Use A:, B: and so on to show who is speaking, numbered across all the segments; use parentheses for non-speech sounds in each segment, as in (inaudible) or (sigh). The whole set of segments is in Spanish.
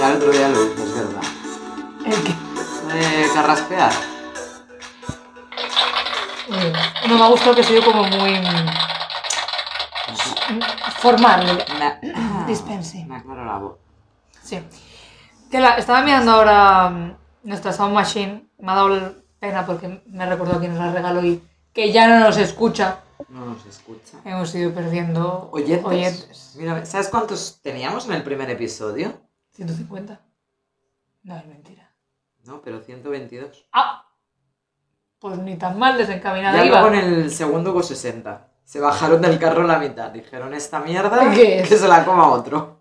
A: el otro día lo desverga.
B: ¿El qué?
A: Eh, carraspear.
B: Eh, No me ha gustado que soy yo como muy mm, formal.
A: Me-
B: Dispense.
A: Me aclaro la voz.
B: Sí. Que la, estaba mirando ahora mm, nuestra Sound Machine. Me ha dado el- pena porque me recordó quién nos la regaló y que ya no nos escucha.
A: No nos escucha.
B: Hemos ido perdiendo
A: Oyentes. Mira, ¿sabes cuántos teníamos en el primer episodio?
B: 150. No, es mentira.
A: No, pero 122.
B: ¡Ah! Pues ni tan mal desencaminada
A: Ya luego en
B: iba.
A: el segundo con 60. Se bajaron del carro la mitad. Dijeron esta mierda
B: (laughs) ¿Qué es?
A: que se la coma otro.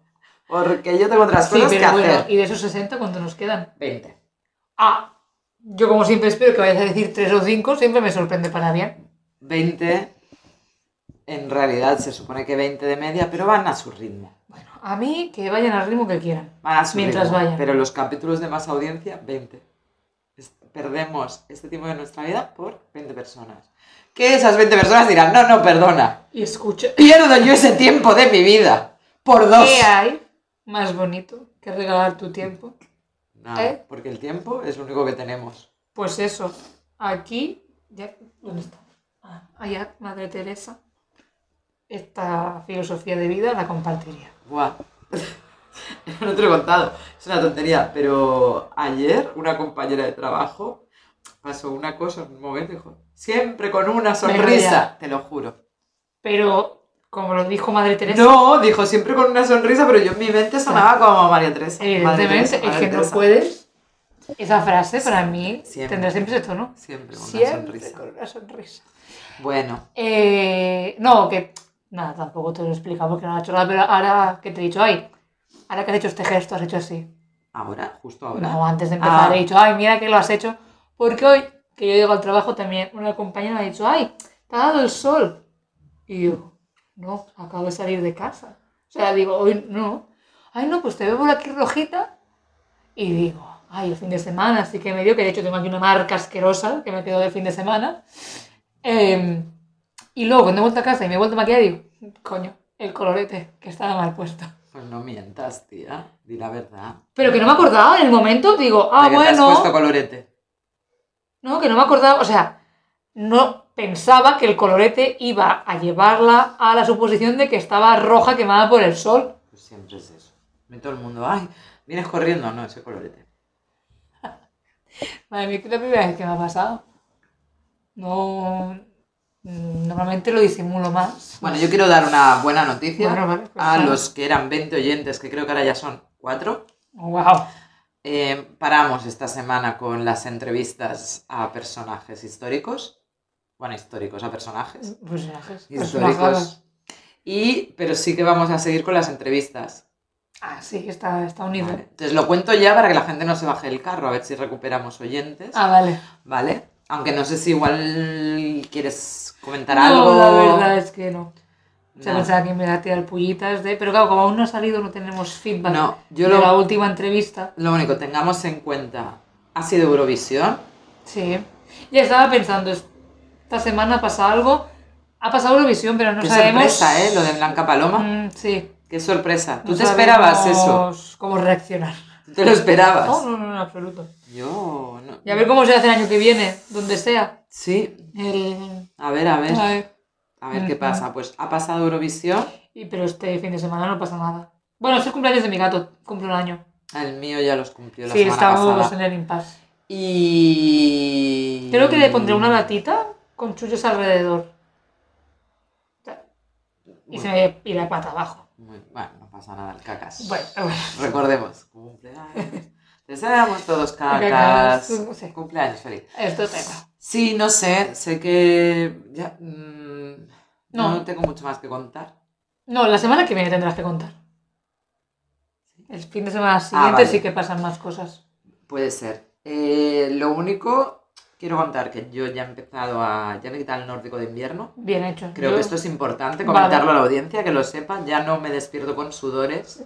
A: Porque yo tengo otras
B: Sí,
A: cosas que
B: pero bueno,
A: hacer.
B: ¿y de esos 60 cuánto nos quedan?
A: 20.
B: ¡Ah! Yo como siempre espero que vayas a decir 3 o 5, siempre me sorprende para bien.
A: 20. En realidad se supone que 20 de media, pero van a su ritmo.
B: Bueno, a mí que vayan al ritmo que quieran.
A: Van a su
B: Mientras
A: ritmo.
B: vayan.
A: Pero los capítulos de más audiencia, 20. Es- Perdemos este tiempo de nuestra vida por 20 personas. Que esas 20 personas dirán, no, no, perdona.
B: Y escucha.
A: Pierdo yo ese tiempo de mi vida. Por dos.
B: ¿Qué hay más bonito que regalar tu tiempo?
A: Nada,
B: ¿Eh?
A: porque el tiempo es lo único que tenemos.
B: Pues eso, aquí, ya, ¿dónde está? Ah, allá, Madre Teresa, esta filosofía de vida la compartiría.
A: Buah. (laughs) no te lo he contado. Es una tontería. Pero ayer una compañera de trabajo pasó una cosa en un momento y dijo, siempre con una sonrisa. Te lo juro.
B: Pero, como lo dijo Madre Teresa,
A: No, dijo siempre con una sonrisa, pero yo en mi mente sonaba como María Teresa. Madre
B: evidentemente,
A: Teresa,
B: es
A: Madre
B: que no
A: Teresa.
B: puedes. Esa frase para mí
A: Siempre.
B: tendrá siempre ese tono.
A: Siempre con una
B: Siempre
A: sonrisa.
B: con una sonrisa.
A: Bueno,
B: Eh, no, que nada, tampoco te lo he explicado porque no lo he hecho nada, pero ahora que te he dicho, ay, ahora que has hecho este gesto, has hecho así.
A: ahora, justo ahora.
B: No, antes de empezar
A: Ah.
B: he dicho, ay, mira que lo has hecho. Porque hoy, que yo llego al trabajo también, una compañera me ha dicho, ay, te ha dado el sol. Y yo, no, acabo de salir de casa. O sea, digo, hoy no. Ay, no, pues te veo por aquí rojita. Y digo, ay, el fin de semana, así que me dio, que de hecho tengo aquí una marca asquerosa que me quedó del fin de semana. Em, y luego, cuando he vuelto a casa y me he vuelto a maquillar, digo, coño, el colorete, que estaba mal puesto.
A: Pues no mientas, tía. Di la verdad.
B: Pero que no me acordaba en el momento, digo, ah,
A: ¿De qué Te
B: bueno.
A: has puesto colorete.
B: No, que no me acordaba, o sea, no pensaba que el colorete iba a llevarla a la suposición de que estaba roja quemada por el sol.
A: Pues siempre es eso. Y todo el mundo, ay, vienes corriendo, no, ese colorete.
B: Madre mía, que es la primera vez que me ha pasado. No. mm, Normalmente lo disimulo más.
A: Bueno, yo quiero dar una buena noticia
B: Bueno, vale, pues
A: a
B: vale.
A: los que eran 20 oyentes, que creo que ahora ya son 4.
B: ¡Wow!
A: paramos esta semana con las entrevistas a personajes históricos. Bueno, históricos, a personajes.
B: Personajes. personajes.
A: (laughs) Históricos. Y, pero sí que vamos a seguir con las entrevistas.
B: Ah, sí, está, está unido.
A: Vale. Entonces lo cuento ya para que la gente no se baje el carro, a ver si recuperamos oyentes.
B: Ah, vale.
A: ¿Vale? Aunque no sé si igual quieres comentar algo.
B: No, la verdad es que no. O sea,
A: Nada.
B: pensaba que me iba a tirar pullitas de. Pero claro, como aún no ha salido, no tenemos feedback
A: No, yo
B: de la
A: lo,
B: última entrevista.
A: lo único, tengamos en cuenta, ha sido Eurovisión,
B: Sí. Ya estaba pensando, esta semana pasa algo. Ha pasado Eurovisión, pero no
A: qué
B: sabemos.
A: sorpresa, ¿eh? Lo de Blanca Paloma,
B: Mm, sí.
A: qué sorpresa. ¿Tú
B: No
A: te esperabas eso?
B: sabemos ¿Cómo reaccionar?
A: ¿Tú te lo esperabas?
B: No, no, no, en absoluto.
A: Yo, no.
B: Y a ver cómo se hace el año que viene, donde sea.
A: Sí,
B: El...
A: a ver, a ver,
B: A ver.
A: a ver qué
B: Ujú.
A: pasa. Pues ha pasado Eurovisión,
B: Y, pero este fin de semana no pasa nada. Bueno, es el cumpleaños de mi gato, cumple un año.
A: Ah, el mío ya los cumplió la
B: sí,
A: semana
B: estábamos
A: pasada.
B: en el impasse.
A: Y...
B: Creo que le pondré una latita con chullos alrededor. Y
A: Muy-
B: se me irá pata abajo.
A: muy- bueno, no pasa nada, el cacas.
B: Bueno, (laughs) bueno.
A: Recordemos, cumpleaños.
B: (laughs)
A: Deseamos todos
B: Cacas, pues,
A: cacas.
B: sí.
A: Cumpleaños feliz.
B: Esto tengo.
A: Sí, no sé, sé que ya mm, no.
B: No.
A: tengo mucho más que contar.
B: No, la semana que viene tendrás que contar. Ah, El fin de semana siguiente
A: vale.
B: sí que pasan más cosas.
A: Puede ser. Eh, lo único, quiero contar que yo ya he empezado a. Ya me he quitado el nórdico de invierno.
B: Bien hecho.
A: Creo
B: Yo-
A: que esto es importante,
B: Vale.
A: comentarlo a la audiencia, que lo sepan. Ya no me despierto con sudores.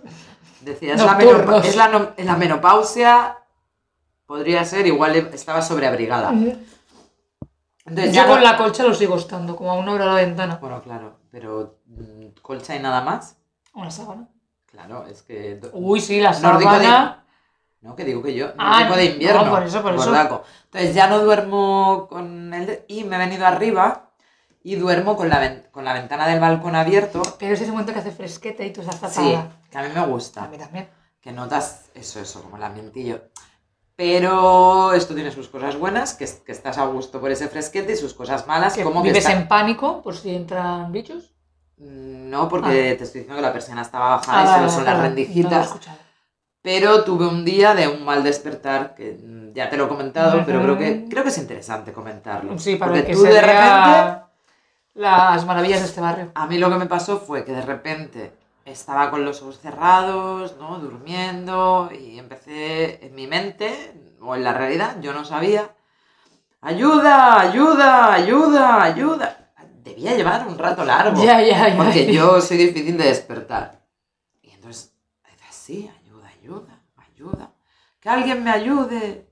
A: Decía, es, la,
B: Nocturnos.
A: menopa- es la no- es la menopausia. Podría ser, igual em, estaba sobreabrigada.
B: Mm,
A: Entonces,
B: Yo
A: ya
B: con
A: no-
B: la colcha lo sigo estando, como a una hora a la ventana.
A: Bueno, claro, pero mm, colcha y nada más.
B: Una sábana.
A: Claro, es que. do-
B: Uy, sí, la
A: Nórdico de-
B: sábana.
A: No, que digo que yo, no
B: Ah,
A: tipo de
B: no,
A: invierno.
B: por eso, por eso.
A: gordaco. Entonces ya no duermo con el... de- Y me he venido arriba y duermo con la, ven- con la ventana del balcón abierto.
B: Pero si se cuenta que hace fresquete y tú estás
A: Sí,
B: tapada.
A: que a mí me gusta.
B: A mí también.
A: que notas eso, eso, como el ambientillo. Pero esto tiene sus cosas buenas, que, es- que estás a gusto por ese fresquete, y sus cosas malas,
B: Que
A: como que
B: vives
A: está-
B: en pánico por si entran bichos.
A: No, porque te estoy diciendo que la persiana estaba bajada
B: Ah,
A: y
B: vale,
A: solo son
B: vale,
A: las
B: vale, no lo he
A: rendijitas.
B: escuchado.
A: pero tuve un día de un mal despertar, que mm, ya te lo he comentado, pero creo que,
B: Ujú.
A: creo que es interesante comentarlo.
B: Sí, para
A: porque
B: que
A: tú
B: se
A: de
B: vea
A: repente...
B: las maravillas de este barrio.
A: A mí lo que me pasó fue que de repente estaba con los ojos cerrados, ¿no? Durmiendo y empecé en mi mente, o en la realidad, yo no sabía. ¡Ayuda! ¡Ayuda! ¡Ayuda! ¡Ayuda! Debía llevar un rato largo.
B: (laughs) Ya, ya, ya.
A: Porque yo soy difícil de despertar. Y entonces, era así, ayuda, ayuda, ayuda. Que alguien me ayude.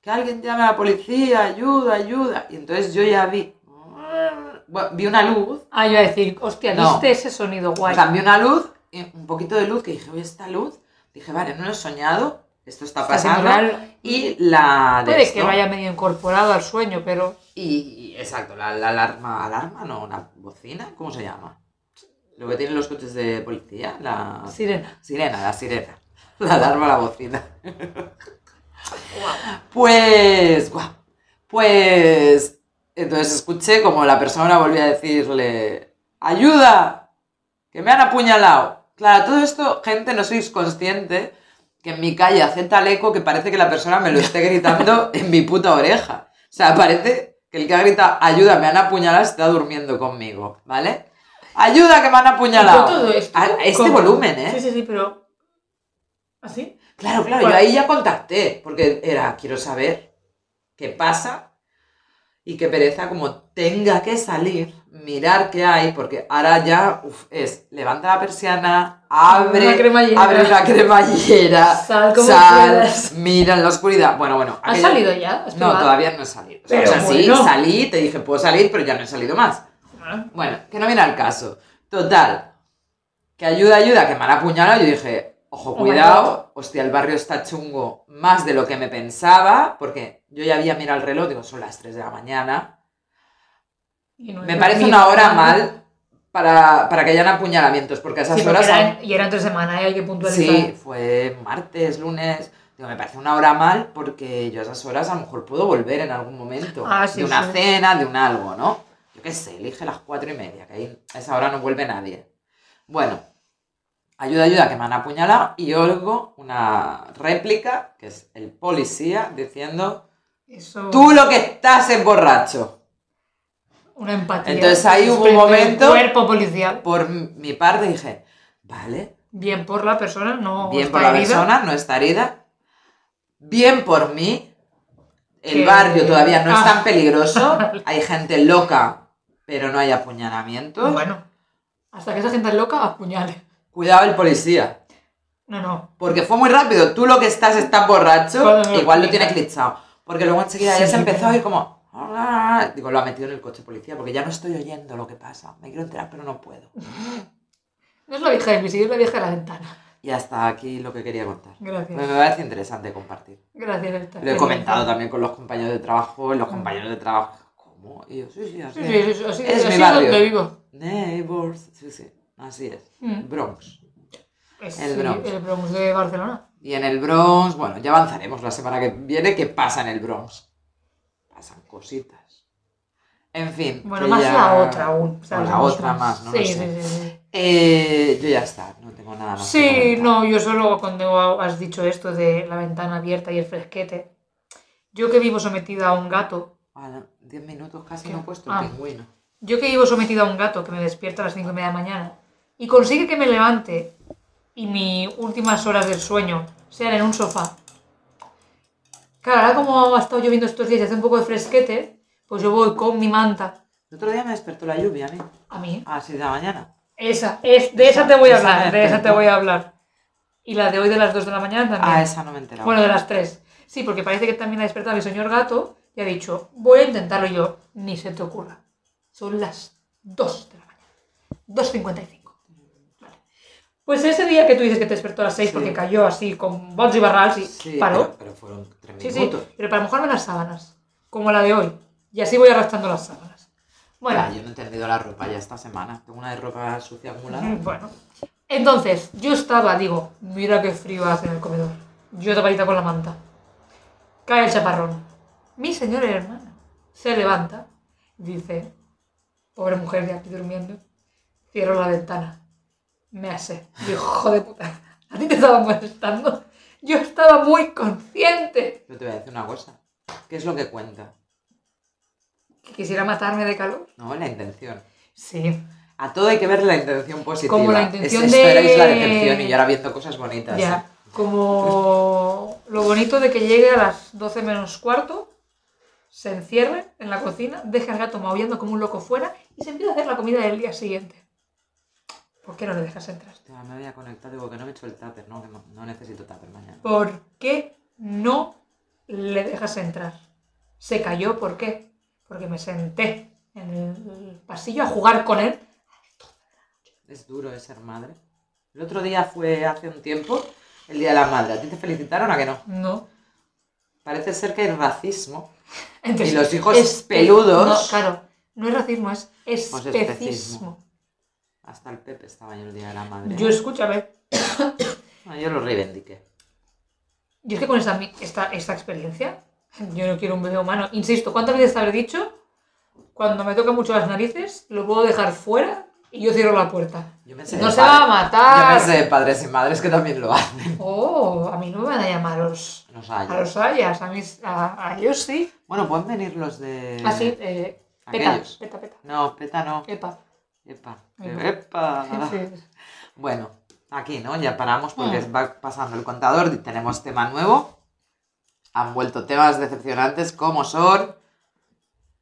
A: Que alguien llame a la policía, ayuda, ayuda. Y entonces yo ya vi, bueno, vi una luz
B: Ah, yo iba a decir, hostia,
A: No.
B: ¿viste ese sonido guay?
A: Cambié una luz, y un poquito de luz, que dije, oye, esta luz. Dije, vale, no lo he soñado, esto está
B: Está siendo
A: pasando.
B: real.
A: Y la de
B: Puede
A: esto-
B: que lo haya medio incorporado al sueño, pero
A: y, y- exacto, la, la alarma, alarma, no, una bocina, ¿cómo se llama? Lo que tienen los coches de policía, la
B: sirena.
A: sirena, la sirena. (laughs) La alarma, la bocina. Pues, guau. Pues, entonces escuché como la persona volvía a decirle, ayuda, que me han apuñalado. Claro, todo esto, gente, no sois consciente que en mi calle hace tal eco que parece que la persona me lo esté
B: (laughs)
A: gritando en mi puta oreja. O sea, parece que el que ha gritado, ayuda, me han apuñalado, está durmiendo conmigo, ¿vale? Ayuda, que me han apuñalado.
B: ¿Y tú todo esto?
A: A, a este
B: ¿Cómo?
A: volumen, ¿eh?
B: Sí, sí, sí, pero. ¿Así?
A: Claro, claro,
B: Bueno.
A: yo ahí ya contacté, porque era, quiero saber qué pasa y qué pereza como tenga que salir, mirar qué hay, porque ahora ya uf, es, levanta la persiana, abre,
B: Una cremallera.
A: abre la cremallera,
B: Sal como puedas.
A: mira en la oscuridad. Bueno, bueno.
B: ¿Has
A: aquello-
B: salido ya? ¿Has
A: No,
B: probado?
A: todavía no he salido. O sea,
B: Pero
A: o sea, sí,
B: bueno.
A: salí, te dije, puedo salir, pero ya no he salido más.
B: Ah,
A: Bueno, que no viene al caso. Total, que ayuda, ayuda, que me han apuñalado. Yo dije, ojo,
B: Oh my
A: cuidado, hostia, el barrio está chungo más de lo que me pensaba, porque yo ya había mirado el reloj, digo, son las 3 de la mañana.
B: y no
A: Me
B: he
A: parece
B: dormido.
A: una hora mal para, para que hayan apuñalamientos, porque a esas
B: Sí, porque
A: horas...
B: era-
A: aún-
B: Y era entre semana, ¿eh? hay que puntualizar.
A: Sí, fue martes, lunes. Digo, me parece una hora mal porque yo a esas horas a lo mejor puedo volver en algún momento.
B: Ah, sí,
A: de una
B: sí.
A: cena, de un algo, ¿no? Yo qué sé, elige las cuatro y media, que ahí a esa hora no vuelve nadie. Bueno, ayuda, ayuda, que me han apuñalado y oigo una réplica, que es el policía, diciendo,
B: Eso-
A: tú lo que estás es borracho.
B: Una empatía.
A: Entonces ahí hubo un
B: Desprende el
A: momento-
B: Cuerpo policial.
A: Por mi parte dije, vale,
B: Bien por la persona, no.
A: Bien
B: está
A: por la
B: herida.
A: persona, no está herida. Bien por mí. El
B: Que-
A: barrio todavía no es
B: Ah.
A: tan
B: (laughs)
A: peligroso. Hay gente loca, pero no hay apuñalamientos.
B: Bueno, hasta que esa gente es loca, apuñale.
A: Cuidado el policía.
B: No, no.
A: Porque fue muy rápido. Tú lo que estás, estás borracho.
B: Cuando me
A: Igual lo
B: explica.
A: tiene clichado. Porque luego enseguida ya
B: Sí.
A: se empezó a ir como... "Ah". Digo, lo ha metido en el coche policía porque ya no estoy oyendo lo que pasa. Me quiero enterar, pero no puedo.
B: No es la vieja invisible, es la vieja de la ventana.
A: Y hasta aquí lo que quería contar. Me
B: Gracias.
A: parece interesante compartir.
B: Gracias, Elsa.
A: Lo he comentado también con los compañeros de trabajo, y los compañeros de trabajo. ¿Cómo? Y yo, sí, sí, así
B: Sí, Mm. sí,
A: es.
B: sí, así-
A: Es
B: así
A: mi
B: es
A: barrio.
B: donde vivo.
A: Neighbors, sí, sí, así es.
B: Mm.
A: Bronx.
B: Es,
A: El
B: Eh, sí,
A: Bronx.
B: el Bronx de Barcelona.
A: Y en el Bronx, bueno, ya avanzaremos la semana que viene, que pasa en el Bronx. Pasan cositas. En fin.
B: Bueno,
A: que
B: más
A: ya-
B: la otra aún.
A: O
B: ¿sabes?
A: la otra más, no
B: sí,
A: lo
B: sí,
A: sé.
B: sí, sí.
A: Eh, yo ya está, no tengo nada más. que
B: Sí,
A: comentar.
B: no, yo solo cuando has dicho esto de la ventana abierta y el fresquete. Yo que vivo sometida a un gato,
A: Ah, no, diez minutos casi
B: ¿Qué?
A: no he puesto
B: Ah.
A: el pingüino.
B: Yo que vivo sometida a un gato que me despierta a las 5 y media de la mañana y consigue que me levante y mis últimas horas del sueño sean en un sofá. Claro, ahora como ha estado lloviendo estos días y hace un poco de fresquete, pues yo voy con mi manta.
A: El otro día me despertó la lluvia a mí,
B: A mí.
A: a las seis de la mañana.
B: Esa, es, de esa te voy a
A: Esa
B: hablar,
A: me
B: de esa te
A: despertó.
B: voy a hablar. Y la de hoy de las 2 de la mañana también.
A: Ah, esa no me he enterado.
B: Bueno, de las tres. Sí, porque parece que también ha despertado mi señor gato y ha dicho, voy a intentarlo Y yo. Ni se te ocurra. Son las 2 de la mañana. 2.55. Vale. Pues ese día que tú dices que te despertó a las 6
A: Sí.
B: porque cayó así con bots y barras y paró.
A: Pero, pero fueron tres
B: Sí, sí,
A: minutos.
B: pero para mojarme las sábanas, como la de hoy. Y así voy arrastrando las sábanas. Bueno,
A: Ah, yo no he entendido la ropa ya esta semana. Tengo una de ropa sucia acumulada.
B: Mm, Bueno. Entonces, yo estaba, digo, mira qué frío hace en el comedor. Yo tapadita con la manta. Cae el chaparrón. Mi señora hermana se levanta, dice, pobre mujer de aquí durmiendo, cierro la ventana. Me hace. Digo, hijo de puta, a ti te estaba molestando. Yo estaba muy consciente
A: Yo te voy a decir una cosa. ¿Qué es lo que cuenta?
B: que quisiera matarme de calor.
A: No, la intención.
B: Sí,
A: A todo hay que ver la intención positiva.
B: Como la intención
A: Es- esperáis la
B: de-
A: decepción y ahora viendo cosas bonitas.
B: Ya, como lo bonito de que llegue a las 12 menos cuarto, se encierre en la cocina, deja al gato maullando como un loco fuera y se empieza a hacer la comida del día siguiente. ¿Por qué no le dejas entrar?
A: Hostia, me voy a conectar, digo que no me he hecho el tupper, no, que no, no necesito tupper mañana.
B: ¿Por qué no le dejas entrar? Se cayó, ¿por qué? Porque me senté en el pasillo a jugar con él.
A: Es duro de ser madre. El otro día fue hace un tiempo el Día de la Madre. ¿A ti te felicitaron a que no?
B: No.
A: Parece ser que hay racismo.
B: Entonces,
A: Y los hijos
B: espe-
A: peludos. Pues
B: No, claro, no es racismo, es
A: especismo.
B: especismo.
A: Hasta el Pepe estaba yo el Día de la Madre.
B: Yo escúchame,
A: No, yo lo reivindiqué.
B: Yo es que con esta, mi- esta, esta experiencia, yo no quiero un bebé humano. Insisto, ¿cuántas veces te habré dicho? Cuando me toca mucho las narices, lo puedo dejar fuera y yo cierro la puerta.
A: Yo me sé
B: no
A: de
B: se va a
A: padre- Yo me
B: matar.
A: sé de padres y madres que también lo hacen.
B: Oh, a mí no me van a llamar a los,
A: Los
B: a
A: hay.
B: los ayas, a, mis, a, a ellos sí.
A: Bueno, pueden venir los de.
B: Así, eh, peta,
A: aquellos.
B: peta, peta.
A: No, peta no.
B: Epa.
A: Epa.
B: Epa.
A: Epa. Bueno, aquí, ¿no? Ya paramos porque
B: Mm.
A: va pasando el contador y tenemos tema nuevo. Han vuelto temas decepcionantes como son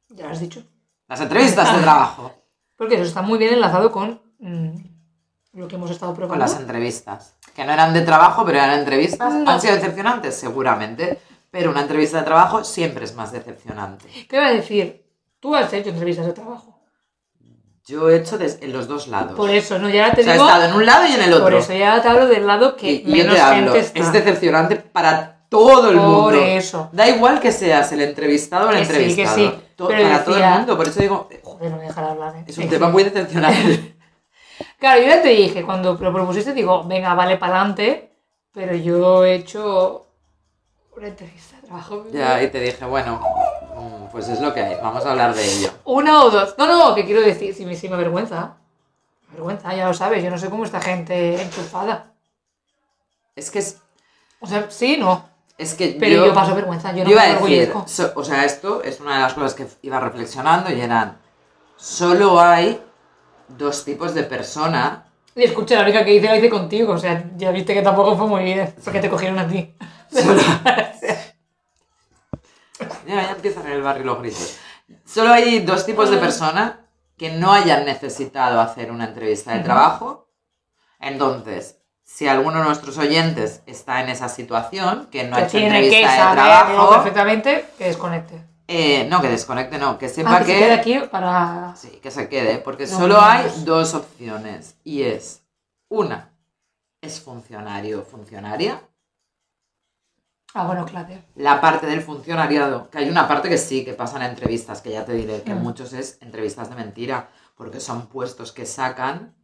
B: Ya lo has dicho.
A: las entrevistas de
B: (laughs)
A: trabajo.
B: Porque eso está muy bien enlazado con mm, lo que hemos estado
A: Con
B: probando.
A: las entrevistas. Que no eran de trabajo, pero eran entrevistas.
B: No.
A: Han sido decepcionantes, seguramente. Pero una entrevista de trabajo siempre es más decepcionante.
B: ¿Qué va a decir? Tú has hecho entrevistas de trabajo.
A: Yo he hecho des- en los dos lados.
B: Por eso, ¿no? Y ahora te
A: Pues, o sea, he
B: digo...
A: estado en un lado y en el otro.
B: Por eso ya te hablo del lado que
A: y, y yo
B: menos
A: te hablo,
B: gente está.
A: es decepcionante para todo el
B: Por
A: mundo.
B: eso.
A: Da igual que seas el entrevistado o el
B: Que sí, que
A: entrevistado.
B: sí.
A: To-
B: Pero
A: para
B: decía-
A: todo el mundo. Por eso digo, eh,
B: Joder, no me dejará hablar. ¿eh?
A: es un tema muy
B: (laughs)
A: decepcionante.
B: Claro, yo ya te dije, cuando lo propusiste, digo, venga, vale, para adelante, pero yo he hecho una entrevista de trabajo.
A: ya, y te dije, bueno, mm, pues es lo que hay. Vamos a hablar de ello.
B: Una o dos. No, no, que quiero decir, si me, si me avergüenza. Me avergüenza, ya lo sabes, yo no sé cómo esta gente enchufada.
A: Es que es,
B: O sea, sí, no,
A: es que
B: pero yo, paso vergüenza, yo no
A: Yo iba
B: me
A: a decir,
B: avergüenzo.
A: so- o sea, esto es una de las cosas que iba reflexionando y eran, solo hay dos tipos de persona.
B: Y escucha, la única que hice la hice contigo, o sea, ya viste que tampoco fue muy bien, porque te cogieron a ti.
A: Solo... ya, ya empiezan en el barrio los gritos. Solo hay dos tipos de persona que no hayan necesitado hacer una entrevista de
B: Ujú.
A: trabajo. Entonces, si alguno de nuestros oyentes está en esa situación, que no ha
B: que
A: hecho
B: tiene que
A: entrevista de
B: saberlo
A: trabajo,
B: perfectamente que desconecte.
A: eh, no, que desconecte, no, que sepa
B: Ah, que se quede aquí para...
A: Sí, que se quede, porque
B: No,
A: solo
B: no, no.
A: hay dos opciones. Y es, una, es funcionario o funcionaria.
B: Ah, bueno, claro.
A: La parte del funcionariado, que hay una parte que sí, que pasan entrevistas, que ya te diré, que
B: Mm.
A: muchos es entrevistas de mentira, porque son puestos que sacan,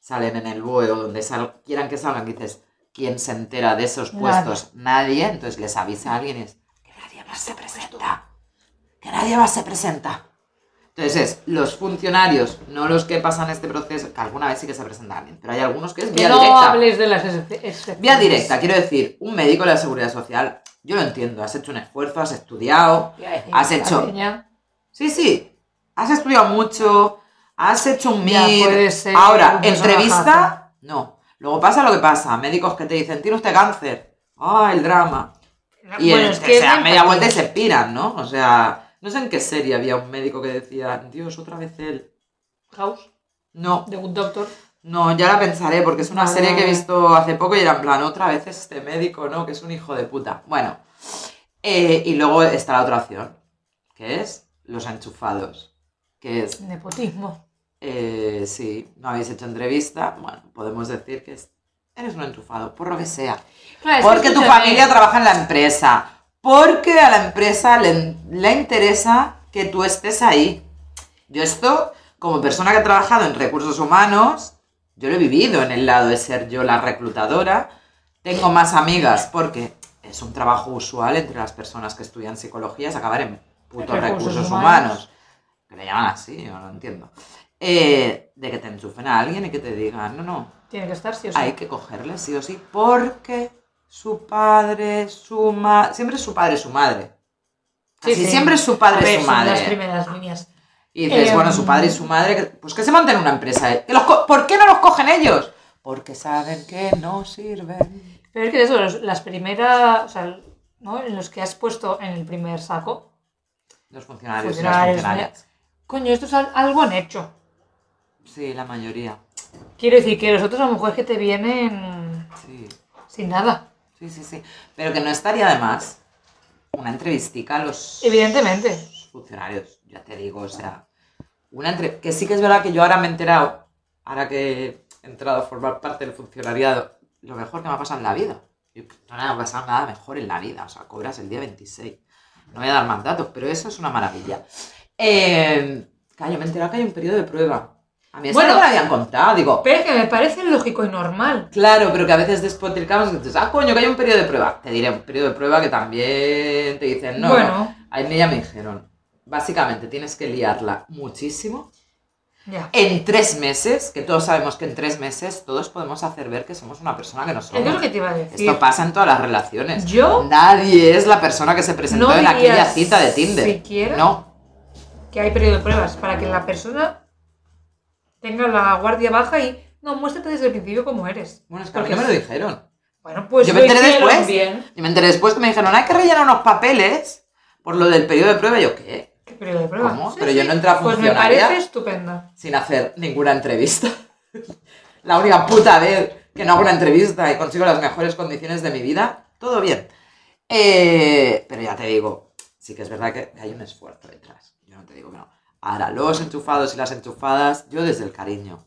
A: salen en el BOE o donde sal- quieran que salgan, que dices, ¿quién se entera de esos
B: Nadie.
A: puestos? Nadie, entonces les avisa a alguien y es, que nadie más se presenta, que nadie más se presenta. Entonces es, los funcionarios, no los que pasan este proceso, que alguna vez sí que se presenta alguien, pero hay algunos que es
B: Que
A: vía
B: no
A: directa.
B: hables de las ex- excepciones.
A: Vía directa, quiero decir, un médico de la seguridad social, yo lo entiendo, has hecho un esfuerzo, has estudiado.
B: Ya, eh,
A: Has
B: la
A: hecho.
B: peña.
A: Sí, sí, has estudiado mucho, has hecho un
B: Ya,
A: MIR.
B: puede ser
A: Ahora,
B: un personajazo.
A: entrevista, no. Luego pasa lo que pasa, médicos que te dicen, tiene usted cáncer. Ah, el drama. Y
B: Bueno,
A: el-
B: es
A: se
B: que es
A: dan
B: muy
A: media vuelta y
B: fácil.
A: se piran, ¿no? O sea, no sé en qué serie había un médico que decía, Dios, otra vez él.
B: House,
A: No,
B: de Good Doctor.
A: no, ya la pensaré porque es una
B: Vale,
A: serie que he
B: vale.
A: visto hace poco y era en plan, otra vez este médico, ¿no? Que es un hijo de puta. Bueno, eh, y luego está la otra opción, que es los enchufados. Que es,
B: Nepotismo.
A: eh, sí, no habéis hecho entrevista, bueno, podemos decir que es Eres un enchufado, por lo que sea.
B: Claro, es que
A: Porque tu
B: escúchame,
A: familia trabaja en la empresa. Porque a la empresa le, le interesa que tú estés ahí. Yo esto, como persona que ha trabajado en recursos humanos, yo lo he vivido en el lado de ser yo la reclutadora. Tengo más amigas porque es un trabajo usual entre las personas que estudian psicología es acabar en putos
B: Recursos
A: recursos,
B: humanos.
A: humanos. Que le llaman así, yo no lo entiendo. Eh, de que te enchufen a alguien y que te digan, no, no,
B: Tiene que estar, sí o sí.
A: hay que cogerle sí o sí, porque su padre, su madre, siempre es su padre, su madre.
B: Sí,
A: Así,
B: sí.
A: siempre es su
B: A ver,
A: padre, su
B: son las
A: madre.
B: primeras líneas.
A: Y dices,
B: Em.
A: bueno, su padre y su madre, que- pues que se monten una empresa. eh. Que los co- ¿Por qué no los cogen ellos? Porque saben que no sirven.
B: Pero es que eso, los- las primeras, o sea, ¿no? En los que has puesto en el primer saco,
A: Los funcionarios, y las
B: Funcionarios,
A: funcionarias.
B: coño, esto es al- algo han hecho.
A: Sí, la mayoría.
B: Quiero decir que los otros a lo mejor es que te vienen
A: Sí,
B: sin nada.
A: sí, sí, sí. Pero que no estaría de más una entrevistica a los
B: Evidentemente.
A: funcionarios, ya te digo, o sea, una entre... que sí que es verdad que yo ahora me he enterado, ahora que he entrado a formar parte del funcionariado, lo mejor que me ha pasado en la vida. Yo, pues, no me ha pasado nada mejor en la vida, o sea, cobras el día 26. No voy a dar más datos, pero eso es una maravilla. Eh, claro, yo me he enterado que hay un periodo de prueba. A mí eso
B: Bueno.
A: no me lo habían contado, digo,
B: Pero es que me parece lógico y normal.
A: Claro, pero que a veces despotricamos y dices, ah, coño, que hay un periodo de prueba. Te diré, un periodo de prueba que también te dicen, no,
B: Bueno.
A: no. a mí ya me dijeron, básicamente tienes que liarla muchísimo
B: Ya.
A: en tres meses, que todos sabemos que en tres meses todos podemos hacer ver que somos una persona que no
B: Es lo
A: somos.
B: que te iba a decir.
A: Esto pasa en todas las relaciones.
B: Yo
A: Nadie es la persona que se presentó
B: No
A: en
B: diría
A: aquella cita de Tinder.
B: siquiera.
A: No,
B: que hay periodo de pruebas para que la persona tenga la guardia baja y no muéstrate desde el principio como eres.
A: bueno, es que a mí no me lo dijeron.
B: Bueno, pues
A: Yo me
B: lo
A: enteré
B: hicieron
A: después.
B: bien.
A: Y me enteré después que me dijeron, hay que rellenar unos papeles por lo del periodo de prueba. Y yo, ¿qué?
B: ¿Qué periodo de pruebas?
A: ¿Cómo? Pero yo no entré a
B: Pues me
A: funcionaria.
B: parece estupenda.
A: sin hacer ninguna entrevista. la única puta vez que no hago una entrevista y consigo las mejores condiciones de mi vida, todo bien. Eh, pero ya te digo, sí que es verdad que hay un esfuerzo detrás. Yo no te digo que no. Ahora, los enchufados y las enchufadas, yo desde el cariño.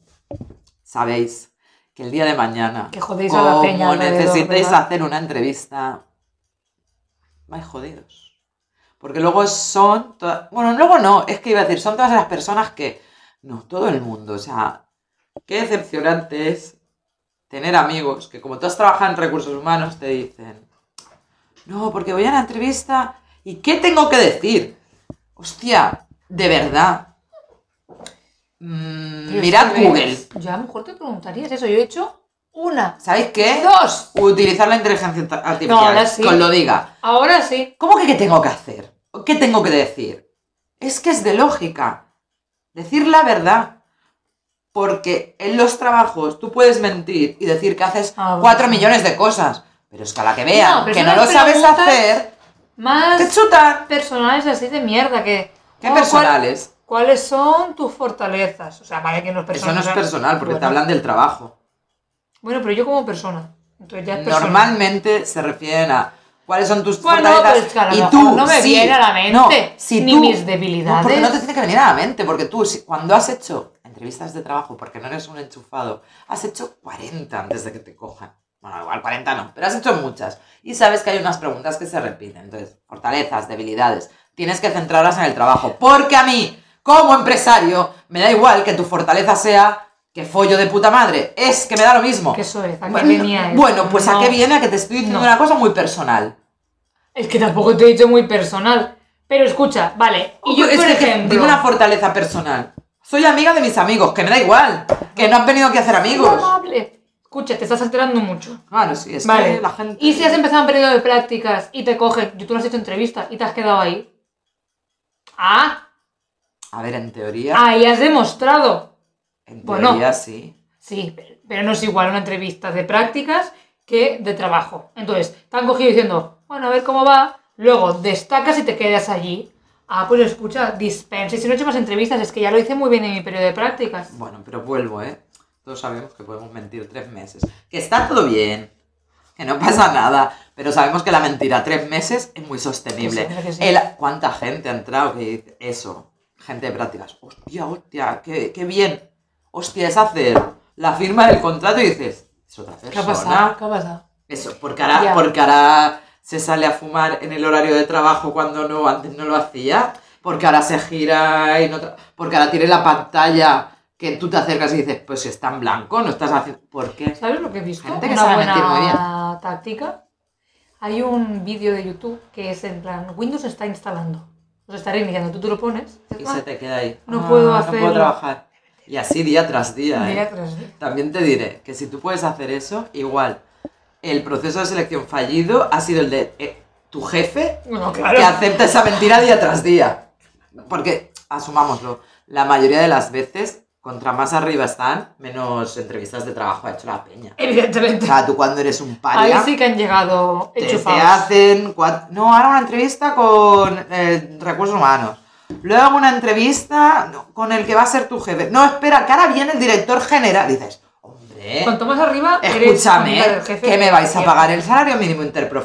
A: Sabéis que el día de mañana,
B: Que jodéis a la peña
A: como
B: alrededor,
A: necesitéis
B: ¿verdad?
A: hacer una entrevista, vais jodidos. Porque luego son. toda- Bueno, luego no, es que iba a decir, son todas las personas que. No, todo el mundo. O sea, qué decepcionante es tener amigos que, como tú has trabajado en recursos humanos, te dicen: No, porque voy a la entrevista y ¿qué tengo que decir? Hostia, de verdad. Mm,
B: Pero es
A: mirad
B: que
A: Google.
B: ves, Yo a lo mejor te preguntarías eso. Yo he hecho una.
A: ¿Sabéis qué?
B: Dos.
A: Utilizar la inteligencia
B: No,
A: artificial.
B: ahora sí.
A: Con lo diga.
B: Ahora sí.
A: ¿Cómo que qué tengo que hacer? ¿O ¿Qué tengo que decir? Es que es de lógica. Decir la verdad. Porque en los trabajos tú puedes mentir y decir que haces
B: Ah, bueno.
A: cuatro millones de cosas. Pero es que a la que vean
B: No, pero
A: que
B: son
A: no lo
B: las
A: sabes
B: preguntas-
A: hacer, te
B: Más
A: chutan.
B: personales así de mierda que...
A: ¿Qué
B: oh, ¿cuál-
A: personales?
B: ¿Cuáles son tus fortalezas? O sea, vale que no es
A: Eso
B: personal.
A: no es personal, porque te
B: Bueno.
A: hablan del trabajo.
B: Bueno, pero yo como persona. Entonces ya es personal.
A: Normalmente se refieren a cuáles son tus
B: Bueno,
A: fortalezas
B: pues que a
A: y
B: lo mejor
A: tú
B: no me
A: sí,
B: viene a la mente
A: no, si
B: ni
A: tú-
B: mis
A: No,
B: debilidades.
A: porque no te tiene que venir a la mente, porque tú si- cuando has hecho entrevistas de trabajo, porque no eres un enchufado, has hecho 40 antes de que te cojan. Bueno, igual 40 no, pero has hecho muchas. Y sabes que hay unas preguntas que se repiten. Entonces, fortalezas, debilidades. Tienes que centrarlas en el trabajo. Porque a mí, como empresario, me da igual que tu fortaleza sea que follo de puta madre. Es que me da lo mismo.
B: ¿Qué soez? ¿A qué
A: bueno,
B: venía eso?
A: bueno, pues a
B: No.
A: qué viene a que te estoy diciendo
B: No.
A: una cosa muy personal.
B: Es que tampoco te he dicho muy personal. Pero escucha, vale. Y yo,
A: es
B: por
A: que te-
B: ejemplo...
A: tengo una fortaleza personal. Soy amiga de mis amigos, que me da igual, que no han venido aquí a hacer amigos.
B: Amable. Escucha, te estás alterando mucho.
A: Claro, sí, es
B: Vale.
A: que la gente.
B: Y si has em- empezado un periodo de prácticas y te cogen, tú no has hecho entrevista y te has quedado ahí. Ah,
A: A ver, en teoría,
B: ahí has demostrado.
A: en
B: bueno.
A: teoría sí.
B: Sí, pero- pero no es igual una entrevista de prácticas que de trabajo. Entonces, te han cogido diciendo, bueno, a ver cómo va, luego destacas y te quedas allí. Ah, pues escucha, dispensa. Y si no he hecho más entrevistas, es que ya lo hice muy bien en mi periodo de prácticas.
A: Bueno, pero vuelvo, ¿eh? Todos sabemos que podemos mentir tres meses. Que está todo bien, que no pasa nada, pero sabemos que la mentira tres meses es muy sostenible.
B: Que sí, que sí.
A: El- ¿Cuánta gente ha entrado que dice eso? Gente de prácticas. Hostia, hostia, qué, qué bien. Hostia, es hacer la firma del contrato y dices, es otra
B: ¿Qué ha
A: persona.
B: pasado? ¿Qué ha pasado?
A: Eso, porque ahora,
B: Ya.
A: porque ahora se sale a fumar en el horario de trabajo cuando no, antes no lo hacía. Porque ahora se gira y no tra- Porque ahora tiene la pantalla que tú te acercas y dices, pues si está en blanco, no estás haciendo. ¿Por qué?
B: ¿Sabes lo que he visto?
A: Gente que
B: Una
A: sabe mentir muy
B: buena táctica. Hay un vídeo de YouTube que es en plan, Windows está instalando. O sea, está reiniciando. Tú te lo pones.
A: Y
B: dices,
A: se te queda ahí. Ah,
B: No puedo
A: No
B: hacerlo.
A: puedo trabajar. Y así día tras
B: "Ah,
A: día. ¿eh?
B: día tras día".
A: También te diré que si tú puedes hacer eso, igual el proceso de selección fallido ha sido el de eh, tu jefe
B: Bueno,
A: que
B: claro.
A: acepta esa mentira día tras día. Porque, asumámoslo, la mayoría de las veces, contra más arriba están, menos entrevistas de trabajo ha hecho la peña. O
B: Evidentemente.
A: sea, tú cuando eres un
B: Ahí
A: paria,
B: sí que han llegado
A: te, te
B: enchufados.
A: hacen... cua- No, ahora una entrevista con eh, recursos humanos. Luego una entrevista con el que va a ser tu jefe. No, espera, que ahora viene el director general. Dices, hombre...
B: Cuanto más arriba, eres
A: ¿Eh? Escúchame,
B: el jefe.
A: que me vais a pagar el salario mínimo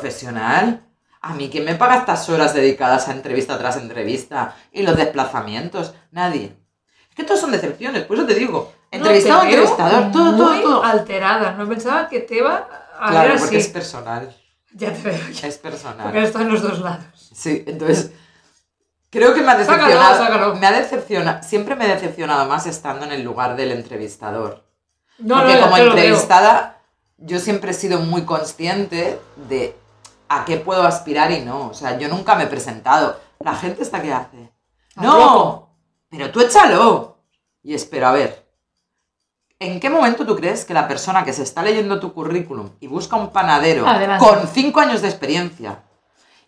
A: interprofesional. A mí, ¿quién me paga estas horas dedicadas a entrevista tras entrevista y los desplazamientos? Nadie. Es que todos son decepciones, por eso te digo.
B: No,
A: Entrevistado,
B: te veo
A: entrevistador, todo, todo,
B: muy
A: todo.
B: alterada. No pensaba que te iba a ver
A: Claro,
B: así.
A: porque es personal.
B: Ya te veo. ya.
A: Es
B: Porque ahora
A: personal.
B: está en los dos lados.
A: Sí, entonces. Creo que me ha
B: Sácalo,
A: decepcionado.
B: sácalo.
A: Me ha decepcionado. Siempre me he decepcionado más estando en el lugar del entrevistador.
B: No,
A: Porque
B: no, ya
A: como
B: te lo veo.
A: entrevistada, yo siempre he sido muy consciente de a qué puedo aspirar y no. O sea, yo nunca me he presentado. La gente está que hace.
B: Tampoco.
A: ¡No! Pero tú échalo. Y espero, a ver. ¿En qué momento tú crees que la persona que se está leyendo tu currículum y busca un panadero
B: Adelante.
A: con cinco años de experiencia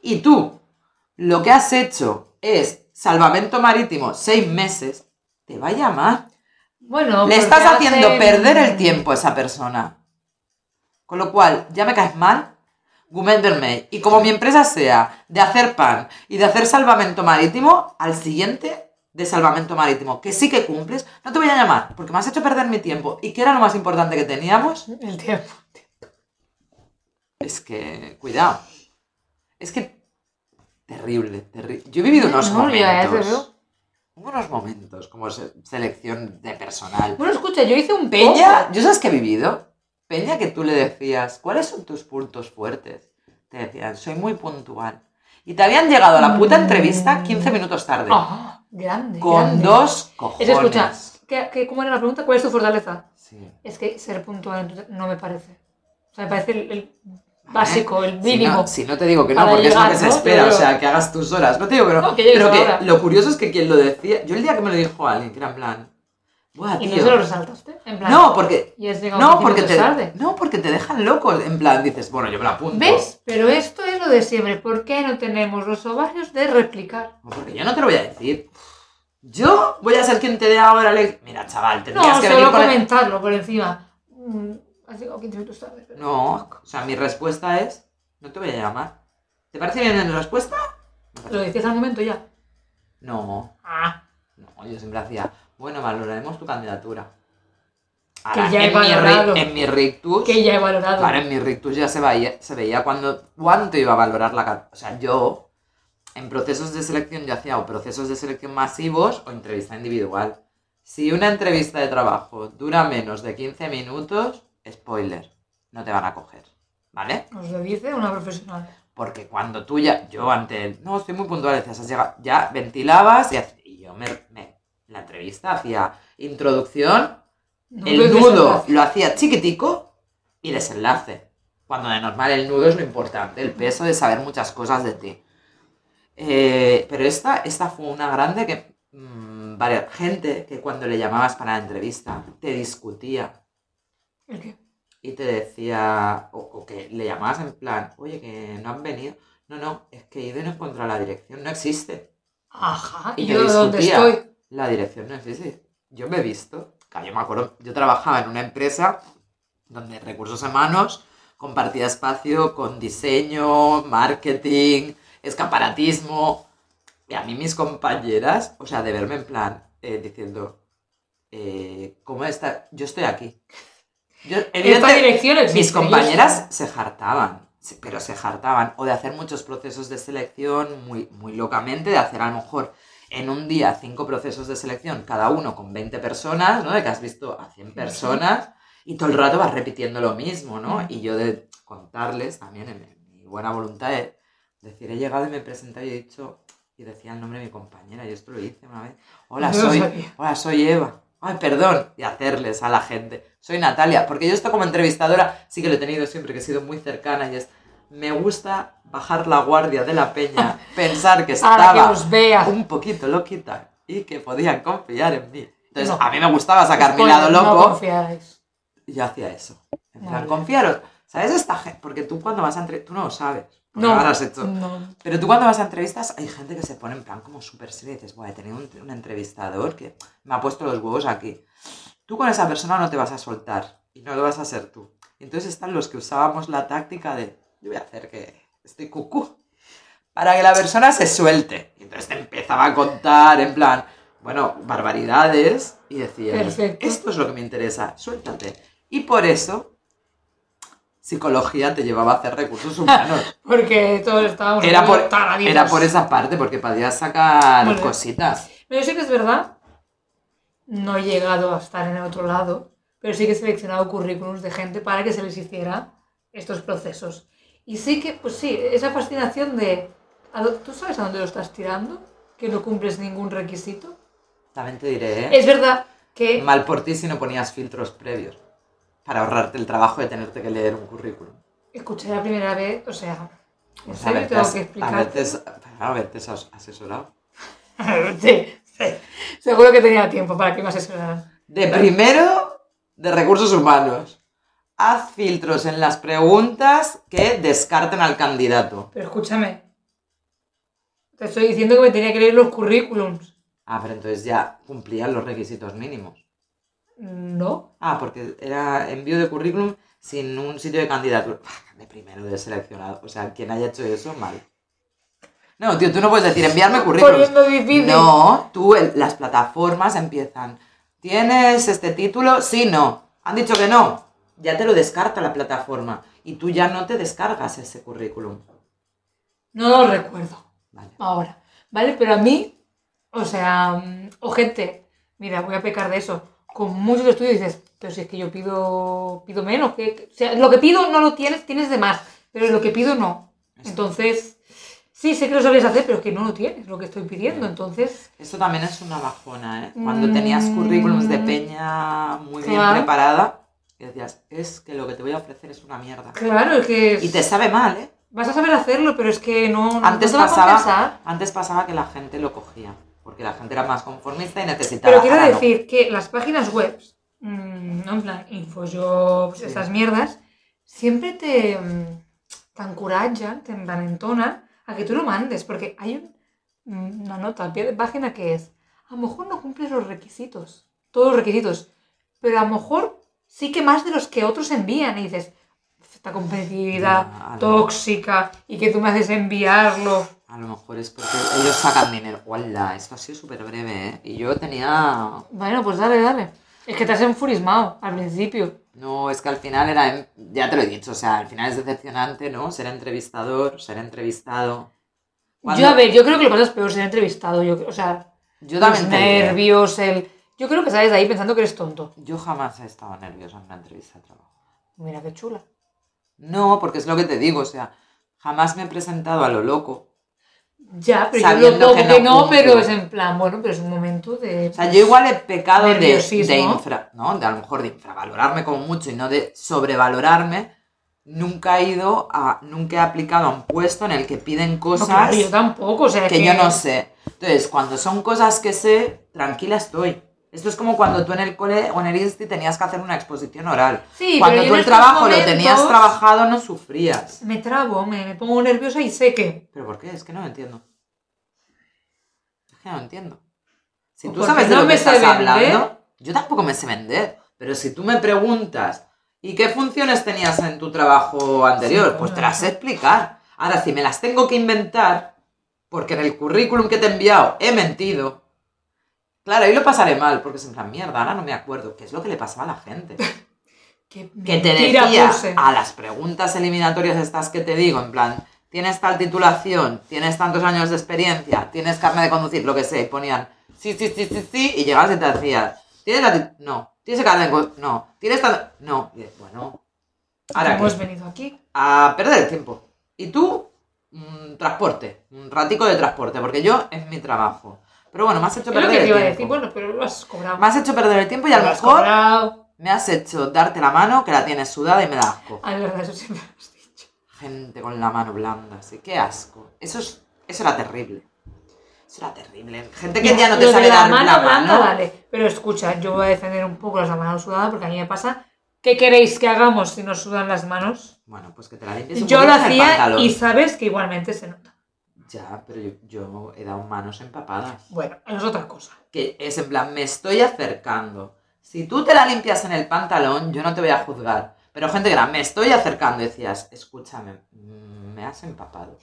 A: y tú lo que has hecho es salvamento marítimo seis meses, te va a llamar?
B: Bueno,
A: Le
B: porque
A: estás haciendo
B: hacen-
A: perder el tiempo a esa persona. Con lo cual, ya me caes mal, Gumenderme. Y como mi empresa sea de hacer pan y de hacer salvamento marítimo, al siguiente de salvamento marítimo, que sí que cumples, no te voy a llamar, porque me has hecho perder mi tiempo. ¿Y qué era lo más importante que teníamos?
B: El tiempo.
A: Es que, cuidado. Es que, terrible, terrible. Yo he vivido unos
B: No,
A: momentos.
B: ya, ya ¿eh? te veo.
A: Hubo unos momentos como se- selección de personal.
B: Bueno, escucha, yo hice un
A: Peña, ¿yo sabes que he vivido? Peña que tú le decías, ¿cuáles son tus puntos fuertes? Te decían, soy muy puntual. Y te habían llegado a la puta
B: Mm.
A: entrevista 15 minutos tarde.
B: Ah, grande.
A: con
B: grande.
A: dos
B: Es
A: cojones.
B: que escucha, ¿qué, qué, cómo era la pregunta? ¿Cuál es tu fortaleza?
A: Sí.
B: Es que ser puntual en tu- no me parece. O sea, me parece el, el básico, el mínimo.
A: Si no, si no te digo que no,
B: Para
A: porque
B: llegar,
A: es lo que
B: ¿no?
A: se espera,
B: Yo
A: o
B: digo-
A: sea, que hagas tus horas. No te digo que no.
B: No, que llegues
A: pero
B: a la
A: que
B: hora.
A: lo curioso es que quien lo decía, yo el día que me lo dijo alguien, que era en plan, "Buah,
B: y no
A: tío".
B: se lo resaltaste. En plan,
A: no, porque
B: y has llegado
A: no,
B: 15
A: porque
B: minutos
A: te,
B: tarde.
A: no, porque te dejan loco. En plan, dices, bueno, yo me la apunto.
B: ¿Ves? Pero esto es lo de siempre. ¿Por qué no tenemos los ovarios de replicar?
A: Porque yo no te lo voy a decir. Yo voy a ser quien te dé ahora el... Mira, chaval, tendrías
B: No,
A: que venir
B: solo
A: con el-
B: comentarlo por encima. Mm, Has llegado 15 minutos tarde. pero-
A: No, o sea, mi respuesta es... No te voy a llamar. ¿Te parece bien la respuesta?
B: Lo decías al momento ya.
A: No,
B: Ah,
A: no, yo siempre hacía... Bueno, valoraremos tu candidatura.
B: Que ya he
A: en, mi ri-
B: valorado.
A: en mi rictus...
B: que ya he valorado.
A: Claro, en mi rictus ya se veía, se veía cuando, cuánto iba a valorar la can- O sea, yo en procesos de selección yo hacía o procesos de selección masivos o entrevista individual. Si una entrevista de trabajo dura menos de 15 minutos, spoiler, no te van a coger, ¿vale?
B: Nos lo dice una profesional.
A: Porque cuando tú ya, yo ante él, no, estoy muy puntual, decías, has llegado, ya ventilabas y, hac- y yo me, me- la entrevista hacía introducción,
B: No
A: el
B: creo que
A: nudo
B: sea
A: lo hacía chiquitico y desenlace. Cuando de normal el nudo es lo importante, el peso de saber muchas cosas de ti. Eh, pero esta, esta fue una grande que... mm, varias- gente que cuando le llamabas para la entrevista te discutía
B: ¿El qué?
A: y te decía, o, o que le llamabas en plan, oye, que no han venido. No, no, es que he ido y no he encontrado la dirección, no existe.
B: Ajá,
A: Y
B: ¿y
A: yo
B: yo dónde
A: discutía.
B: estoy?
A: La dirección no existe. Yo me he visto, que yo me acuerdo, yo trabajaba en una empresa donde recursos humanos compartía espacio con diseño, marketing, escaparatismo. Y a mí mis compañeras, o sea, de verme en plan, eh, diciendo, eh, ¿cómo está? Yo estoy aquí. Yo,
B: Esta
A: evidente-
B: dirección existe.
A: mis
B: y
A: compañeras se jartaban, se- pero se jartaban. O de hacer muchos procesos de selección muy, muy locamente, de hacer a lo mejor en un día cinco procesos de selección, cada uno con 20 personas, ¿no? De que has visto a 100 personas Y todo el rato vas repitiendo lo mismo, ¿no? Y yo de contarles también en, en mi buena voluntad de decir, he llegado y me he presentado y he dicho, y decía el nombre de mi compañera, yo esto lo hice una vez.
B: (laughs)
A: Hola,
B: No lo
A: soy,
B: sabía.
A: hola, Ah, soy Eva. Ay, perdón. Y hacerles a la gente. Soy Natalia, porque yo esto como entrevistadora sí que lo he tenido siempre, que he sido muy cercana y es, me gusta bajar la guardia de la
B: (laughs)
A: peña, pensar que
B: Para Ah, que
A: estaba
B: os vea.
A: un poquito loquita y que podían confiar en mí. Entonces,
B: No.
A: a mí me gustaba sacar mi lado
B: Spoiler,
A: loco
B: No confiáis.
A: y yo hacía eso. En plan,
B: Vale.
A: confiaros. ¿Sabes esta gente? Porque tú cuando vas a entrevistas, tú no lo sabes. porque
B: No.
A: no lo has hecho.
B: No.
A: Pero tú cuando vas a entrevistas hay gente que se pone en plan como súper seria y dices, bueno, he tenido un, un entrevistador que me ha puesto los huevos aquí. Tú con esa persona no te vas a soltar y no lo vas a ser tú. Entonces están los que usábamos la táctica de, yo voy a hacer que estoy cucú, para que la persona se suelte. Y entonces te empezaba a contar en plan, bueno, barbaridades y decías,
B: Perfecto.
A: esto es lo que me interesa, suéltate. Y por eso psicología te llevaba a hacer recursos humanos.
B: Porque todos estábamos
A: Era por,
B: taraditos.
A: era por esa parte, porque podías sacar
B: Muy bien.
A: cositas.
B: Pero yo sé que es verdad. No he llegado a estar en el otro lado, pero sí que he seleccionado currículums de gente para que se les hiciera estos procesos. Y sí que, pues sí, esa fascinación de. ¿a dó- ¿Tú sabes a dónde lo estás tirando? Que no cumples ningún requisito.
A: También te diré, ¿eh?
B: Es verdad que.
A: mal por ti si no ponías filtros previos para ahorrarte el trabajo de tenerte que leer un currículum.
B: Escuché la primera vez, o sea, en
A: Pues
B: serio
A: haberte
B: tengo
A: as-
B: que
A: haberte
B: explicar.
A: as- claro, haberte as- asesorado.
B: (laughs) sí, sí. Seguro que tenía tiempo para que me asesoraran.
A: De primero, de recursos humanos. Haz filtros en las preguntas que descarten al candidato.
B: Pero escúchame, te estoy diciendo que me tenía que leer los currículums.
A: Ah, pero entonces ya cumplían los requisitos mínimos.
B: No,
A: Ah, porque era envío de currículum sin un sitio de candidatura. Bah, De primero de seleccionado. O sea, quien haya hecho eso, mal. No, tío, tú no puedes decir enviarme currículum.
B: poniendo difícil.
A: No, tú, el- las plataformas empiezan. ¿Tienes este título? Sí, no. Han dicho que no. Ya te lo descarta la plataforma. Y tú ya no te descargas ese currículum.
B: No lo recuerdo
A: Vale.
B: ahora, ¿vale? Pero a mí, o sea, mm, ojete, mira, voy a pecar de eso. Con muchos estudios dices, pero si es que yo pido, pido menos, que, que- o sea, lo que pido no lo tienes, tienes de más, pero lo que pido no. Entonces, sí, sé que lo sabrías hacer, pero es que no lo tienes, lo que estoy pidiendo. Entonces,
A: Esto también es una bajona, ¿eh? Cuando
B: Mm.
A: tenías currículums de peña muy
B: Claro.
A: bien preparada, y decías, es que lo que te voy a ofrecer es una mierda.
B: claro, es que
A: Y te sabe mal, ¿eh?
B: vas a saber hacerlo, pero es que no, no
A: Antes
B: te va a
A: pasaba,
B: compensar.
A: antes pasaba que la gente lo cogía, porque la gente era más conformista y necesitaba.
B: Pero quiero
A: Ah, ahora no.
B: decir que las páginas web, mm, ¿no? en plan Infojobs,
A: Sí.
B: estas mierdas, siempre te, mm, te encoratjan, te envalentonan a que tú lo mandes, porque hay un- mm, una nota al pie de página que es, a lo mejor no cumples los requisitos, todos los requisitos, pero a lo mejor sí que más de los que otros envían y dices, esta competitividad
A: Ya, a lo-
B: tóxica y que tú me haces enviarlo.
A: A lo mejor es porque ellos sacan dinero. ¡Hola! Esto ha sido súper breve, ¿eh? Y yo tenía.
B: Bueno, pues dale, dale. Es que te has enfurismado al principio.
A: No, es que al final era. Ya te lo he dicho, o sea, al final es decepcionante, ¿no? Ser entrevistador, ser entrevistado. Cuando-
B: Yo, a ver, yo creo que lo pasas peor ser entrevistado. Yo, creo- o sea,
A: Yo
B: los
A: también te diré,
B: nervios, el... Yo creo que sales de ahí pensando que eres tonto.
A: Yo jamás he estado nerviosa en una entrevista de trabajo.
B: Mira qué chula.
A: No, porque es lo que te digo, o sea, jamás me he presentado a lo loco.
B: Ya, pero yo
A: Sabiendo
B: lo
A: que
B: que, que
A: no
B: no, pero
A: cumple.
B: es en plan, bueno, pero es un momento de...
A: O sea, yo igual he pecado de,
B: Nerviosismo.
A: de infra, ¿no? De a lo mejor de infravalorarme como mucho y no de sobrevalorarme. Nunca he ido a, nunca he aplicado a un puesto en el que piden
B: No,
A: cosas
B: claro, yo tampoco, o sea,
A: que yo no sé. Entonces, cuando son cosas que sé, tranquila estoy. Esto es como cuando tú en el cole o en el insti tenías que hacer una exposición oral.
B: Sí,
A: cuando
B: pero yo
A: tú
B: en
A: el
B: estos
A: trabajo lo tenías
B: momentos
A: trabajado, no sufrías.
B: Me trabo, me, me pongo nerviosa y sé que...
A: ¿Pero por qué? Es que no lo entiendo. Es que no lo entiendo. Si
B: Pues
A: tú
B: porque
A: sabes de
B: no
A: lo
B: me
A: que estás
B: sé vender.
A: hablando, yo tampoco me sé vender. Pero si tú me preguntas, ¿y qué funciones tenías en tu trabajo anterior?
B: Sí,
A: pues te
B: bueno.
A: las sé explicar. Ahora, si me las tengo que inventar, porque en el currículum que te he enviado he mentido. Claro, ahí lo pasaré mal, porque es en plan, mierda, ahora no me acuerdo. ¿Qué es lo que le pasaba a la gente?
B: Que,
A: que te
B: mentira
A: decía
B: puse.
A: a las preguntas eliminatorias estas que te digo, en plan, tienes tal titulación, tienes tantos años de experiencia, tienes carne de conducir, lo que sea, y ponían, sí, sí, sí, sí, sí, y llegabas y te hacías, tienes la tit- No, ¿Tienes que de enco- No. ¿Tienes tan... No. Y, Bueno. Ahora
B: hemos
A: qué?
B: venido aquí.
A: A perder el tiempo. Y tú, mm, transporte. Un ratico de transporte, porque yo es mi trabajo. Pero bueno, me has hecho
B: Es lo
A: perder
B: que te
A: el
B: iba a
A: tiempo.
B: decir, bueno, pero lo has cobrado.
A: Me has hecho perder el tiempo y a lo
B: Lo has
A: mejor
B: cobrado.
A: me has hecho darte la mano que la tienes sudada y me da asco.
B: Ah, es verdad, eso siempre lo has dicho.
A: Gente con la mano blanda, así. Qué asco. Eso, es, eso era terrible. Eso era terrible. Gente que ya no te
B: Lo de
A: sabe
B: la
A: dar
B: mano
A: la
B: blanda,
A: mano.
B: Vale, pero escucha, yo voy a defender un poco las manos sudadas porque a mí me pasa. ¿Qué queréis que hagamos si nos sudan las manos?
A: Bueno, pues que te la limpies un
B: Yo lo
A: poquito en el
B: hacía
A: pantalón.
B: y sabes que igualmente se nota.
A: Ya, pero yo, yo he dado manos empapadas.
B: Bueno, es otra cosa.
A: Que es en plan, me estoy acercando. Si tú te la limpias en el pantalón, yo no te voy a juzgar. Pero gente que era, me estoy acercando, decías, escúchame, mm, me has empapado.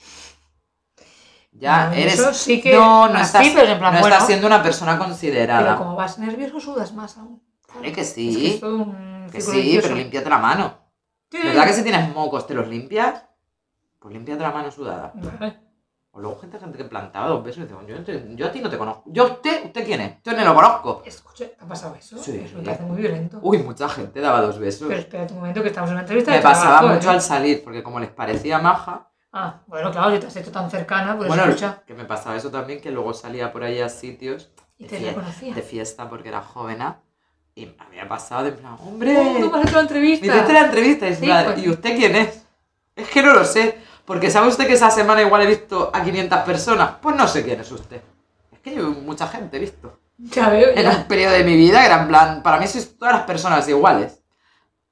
A: Ya,
B: No,
A: eres...
B: Eso sí que.
A: no, no, estás,
B: así, pero en plan,
A: no
B: bueno,
A: estás siendo una persona
B: Pero
A: considerada.
B: como vas nervioso, sudas más aún.
A: Claro que
B: Es que
A: sí,
B: es todo un
A: que
B: círculo
A: sí,
B: vicioso.
A: pero límpiate la mano.
B: Sí.
A: ¿Verdad que si tienes mocos te los limpias? Pues límpiate la mano sudada.
B: Vale.
A: O luego gente, gente que plantaba dos besos y dice, yo, no te- yo a ti no te conozco. Yo a usted, ¿usted quién es? Yo no lo conozco.
B: Escucha, ¿te ha pasado eso?
A: Sí.
B: Eso me parece muy violento.
A: Uy, mucha gente daba dos besos.
B: Pero espérate un momento que estamos en una entrevista
A: Me
B: de
A: pasaba
B: trabajo,
A: mucho
B: ¿eh?
A: al salir, porque como les parecía maja,
B: Ah, bueno, claro, si te has hecho tan cercana, pues
A: bueno,
B: escucha.
A: que me pasaba eso también, que luego salía por ahí a sitios
B: Y
A: de
B: te
A: fie-
B: reconocía.
A: de fiesta porque era jovena y me había pasado de en plan,
B: Oh,
A: hombre,
B: ¿Tú me has hecho la
A: me hiciste
B: entrevista?
A: la entrevista y, su
B: Sí,
A: madre,
B: pues.
A: ¿y usted quién es? Es que no lo sé, porque sabe usted que esa semana igual he visto a 500 personas, pues no sé quién es usted. Es que yo mucha gente he visto.
B: Ya veo,
A: Era
B: ya.
A: un periodo de mi vida que era en plan, para mí sois todas las personas iguales.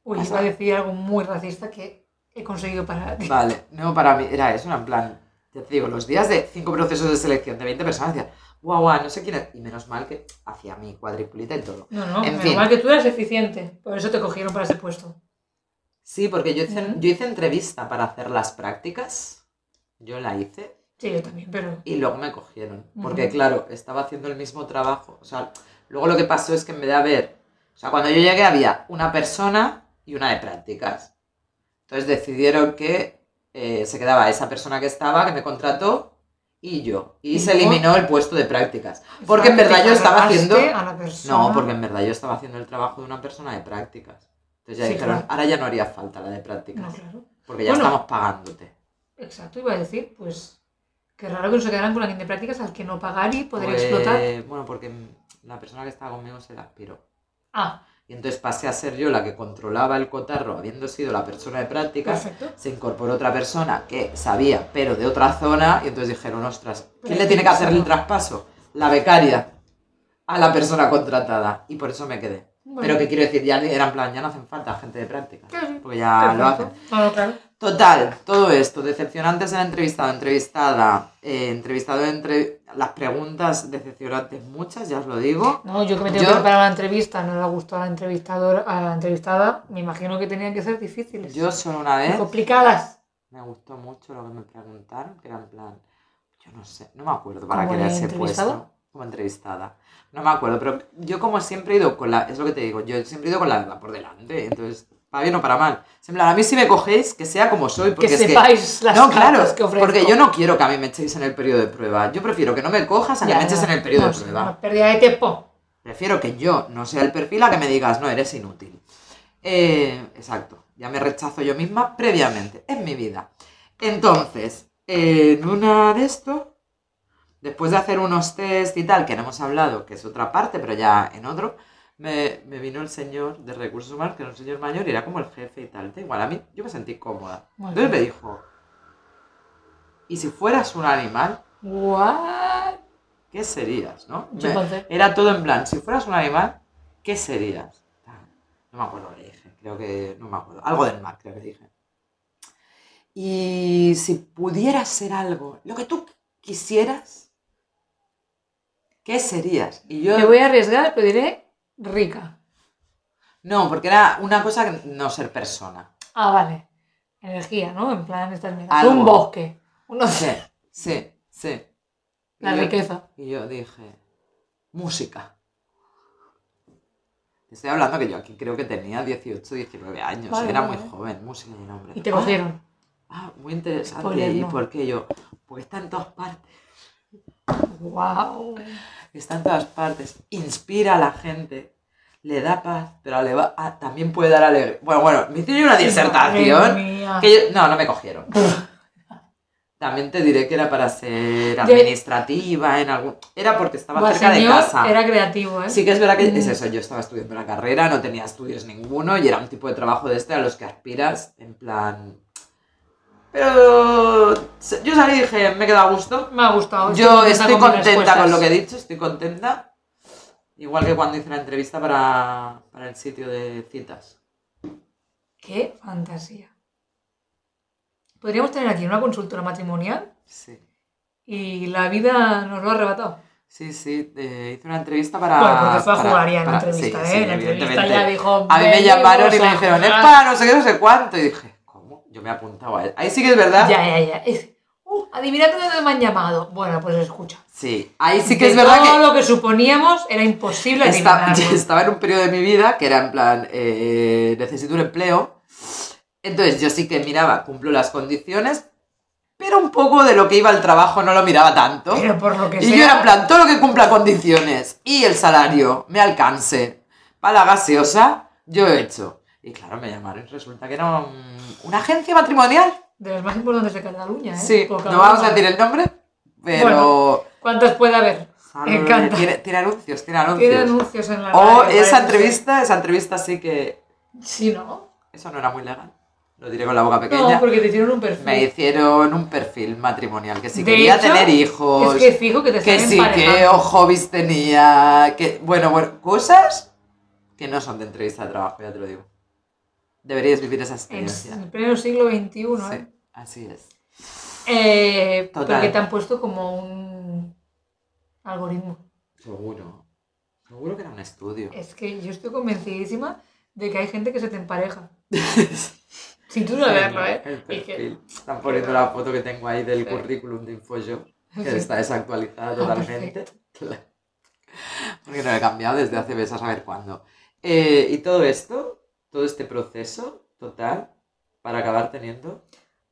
B: Uy, iba a decir algo muy racista que he conseguido para ti.
A: Vale, no, para mí era eso, era en plan, ya te digo, los días de cinco procesos de selección de 20 personas, decía, guau, guau, no sé quién es. Y menos mal que hacía mi cuadriculita y todo.
B: No, no,
A: En
B: menos
A: fin.
B: mal que tú eras eficiente. Por eso te cogieron para ese puesto.
A: Sí, porque yo hice,
B: Ujú.
A: yo hice entrevista para hacer las prácticas, yo la hice,
B: Sí, yo también, pero...
A: y luego me cogieron.
B: Ujú.
A: Porque, claro, estaba haciendo el mismo trabajo. O sea, luego lo que pasó es que en vez de haber. O sea, cuando yo llegué había una persona y una de prácticas. Entonces decidieron que eh, se quedaba esa persona que estaba, que me contrató, y yo. Y
B: ¿Y
A: se
B: yo?
A: eliminó el puesto de prácticas. Porque en
B: Te
A: verdad yo estaba haciendo.
B: cargaste a la persona.
A: No, porque en verdad yo estaba haciendo el trabajo de una persona de prácticas. Entonces ya
B: Sí,
A: dijeron,
B: claro.
A: ahora ya no haría falta la de
B: No,
A: prácticas,
B: claro.
A: porque ya
B: Bueno.
A: estamos pagándote.
B: Exacto, iba a decir, pues... Qué raro que no se quedaran con alguien de prácticas al que no pagar y poder
A: Pues,
B: explotar.
A: Bueno, porque mm, la persona que estaba conmigo se la aspiró.
B: Ah,
A: Y entonces pasé a ser yo la que controlaba el cotarro, habiendo sido la persona de prácticas.
B: perfecto.
A: Se incorporó otra persona que sabía, pero de otra zona. Y entonces dijeron, ostras,
B: Pero
A: ¿quién le
B: ¿quién
A: tiene que hacer el
B: sabe?
A: traspaso? La becaria a la persona contratada. Y por eso me quedé.
B: Bueno.
A: Pero que quiero decir, ya era en plan, ya no hacen falta gente de prácticas.
B: Sí, sí.
A: Porque ya lo hacen.
B: Perfecto. No, no, claro.
A: Total, todo esto, decepcionantes en entrevistado, entrevistada, eh, entrevistado, entre las preguntas decepcionantes muchas, ya os lo digo.
B: No, yo que me tengo que
A: Yo-
B: preparar la entrevista, no le gustó a la entrevistadora, a la entrevistada, me imagino que tenían que ser difíciles.
A: Yo solo una
B: y
A: vez
B: complicadas.
A: me gustó mucho lo que me preguntaron, que era en plan, yo no sé, no me acuerdo para
B: ¿Como
A: qué era ese
B: entrevistada?
A: puesto. Como entrevistada. No me acuerdo, pero yo como siempre he ido con la, es lo que te digo, yo siempre he ido con la verdad por delante, entonces, para bien o para mal. En plan, a mí si me cogéis, que sea como soy, porque
B: que
A: es que...
B: sepáis las
A: no,
B: cartas
A: claro,
B: que ofrezco.
A: porque yo no quiero que a mí me echéis en el periodo de prueba. Yo prefiero que no me cojas a que
B: Ya,
A: me eches
B: ya.
A: en el periodo
B: No,
A: de
B: sí,
A: prueba.
B: una pérdida de tiempo.
A: Prefiero que yo no sea el perfil a que me digas, no, eres inútil. Eh, exacto, ya me rechazo yo misma previamente, en mi vida. Entonces, en una de esto, después de hacer unos test y tal, que no hemos hablado, que es otra parte, pero ya en otro, me, me vino el señor de recursos humanos, que era un señor mayor y era como el jefe y tal. Da igual, a mí yo me sentí cómoda.
B: Muy
A: Entonces me
B: bien.
A: dijo, ¿y si fueras un animal,
B: What?
A: qué serías, no? Me-
B: Chimpancé.
A: era todo en plan, si fueras un animal, ¿qué serías? Ah, No me acuerdo lo que dije, creo que no me acuerdo. Algo del mar, creo que dije. Y si pudieras ser algo, lo que tú quisieras, ¿qué serías? Y yo...
B: Me voy a arriesgar, pero diré rica.
A: No, porque era una cosa que no ser persona.
B: Ah, vale. Energía, ¿no? En plan, estas mierdas.
A: Algo.
B: Un bosque. No
A: Sí,
B: sé.
A: sí, sí. Y
B: La
A: yo-
B: riqueza.
A: Y yo dije, música. Te estoy hablando que yo aquí creo que tenía 18, 19 años,
B: Vale,
A: era
B: vale.
A: muy joven, música y nombre.
B: Y te cogieron.
A: Ah, muy interesante.
B: Spoiler,
A: ¿Y
B: no.
A: por qué yo? Porque está en todas partes.
B: Wow.
A: Está en todas partes. Inspira a la gente. le da paz, pero le va, ah, también puede dar alegría. Bueno, bueno, me hicieron una
B: Madre
A: disertación.
B: mía.
A: Que yo- no, no me
B: (laughs)
A: cogieron. También te diré que era para ser administrativa en algún... Era porque estaba
B: Buah,
A: cerca de
B: señor,
A: casa.
B: Era creativo, ¿eh?
A: Sí que es verdad que
B: Mm.
A: es eso, yo estaba estudiando la carrera, no tenía estudios ninguno y era un tipo de trabajo de este a los que aspiras, en plan... Pero se- yo salí y dije, me he quedado a gusto.
B: Me ha gustado.
A: Yo
B: contenta
A: estoy
B: con mis
A: contenta con
B: respuestas.
A: lo que he dicho, estoy contenta. Igual que cuando hice la entrevista para, para el sitio de citas.
B: ¡Qué fantasía! Podríamos tener aquí una consultora matrimonial
A: Sí,
B: y la vida nos lo ha arrebatado.
A: sí, sí. eh, hice una entrevista para...
B: bueno, porque fue a
A: para-
B: jugar ya en la
A: para-
B: entrevista,
A: sí, sí,
B: ¿eh? En la entrevista
A: evidentemente.
B: ya dijo.
A: A mí me
B: "Venimos
A: llamaron y me
B: a
A: dijeron, es
B: jugar".
A: para no sé qué, no sé cuánto. Y dije, ¿cómo? Yo me he apuntado a él. Ahí sí que es verdad.
B: Ya, ya, ya. Es- Uh, adivina dónde me han llamado. Bueno, pues escucha.
A: Sí, ahí sí que
B: De
A: es verdad
B: todo
A: que
B: lo que suponíamos era imposible
A: esta- (laughs)
B: adivinar.
A: yo estaba en un periodo de mi vida que era en plan, eh, necesito un empleo. Entonces yo sí que miraba, cumplo las condiciones, pero un poco de lo que iba al trabajo no lo miraba tanto.
B: Pero por lo que
A: Y
B: sea.
A: yo era en plan, todo lo que cumpla condiciones y el salario me alcance para la gaseosa, yo he hecho. Y claro, me llamaron, resulta que era un- una agencia matrimonial.
B: De las más importantes de Cataluña, ¿eh?
A: Sí,
B: Poca
A: no vamos a
B: broma.
A: decir el nombre, pero...
B: ¿Cuántas puede haber?
A: Sale,
B: encanta.
A: Tiene, tiene anuncios, tiene anuncios.
B: Tiene anuncios en la
A: O Oh,
B: radio,
A: esa
B: parece.
A: entrevista, esa entrevista sí que.
B: Sí, ¿no?
A: Eso no era muy legal. Lo diré con la boca
B: No,
A: pequeña.
B: porque te hicieron un perfil.
A: Me hicieron un perfil matrimonial, que si
B: De
A: quería
B: hecho,
A: tener hijos,
B: Es que fijo que te
A: que
B: están
A: sí, que
B: emparejando.
A: o hobbies tenía, que. Bueno, bueno, cosas que no son de entrevista de trabajo, ya te lo digo. Deberías vivir esa
B: Es
A: experiencia.
B: el pleno siglo XXI, ¿eh?
A: Sí, así es.
B: Eh,
A: Total.
B: Porque te han puesto como un algoritmo.
A: Seguro. Seguro que era un estudio.
B: Es que yo estoy convencidísima de que hay gente que se te
A: (laughs)
B: empareja. Sin tú saberlo, ¿eh?
A: El
B: Y que-
A: perfil. Están poniendo la foto que tengo ahí del currículum de InfoJob, que
B: Sí.
A: está desactualizada
B: Ah,
A: totalmente. Claro. Porque no lo he cambiado desde hace veces a saber cuándo. Eh, y todo esto, todo este proceso total, para acabar teniendo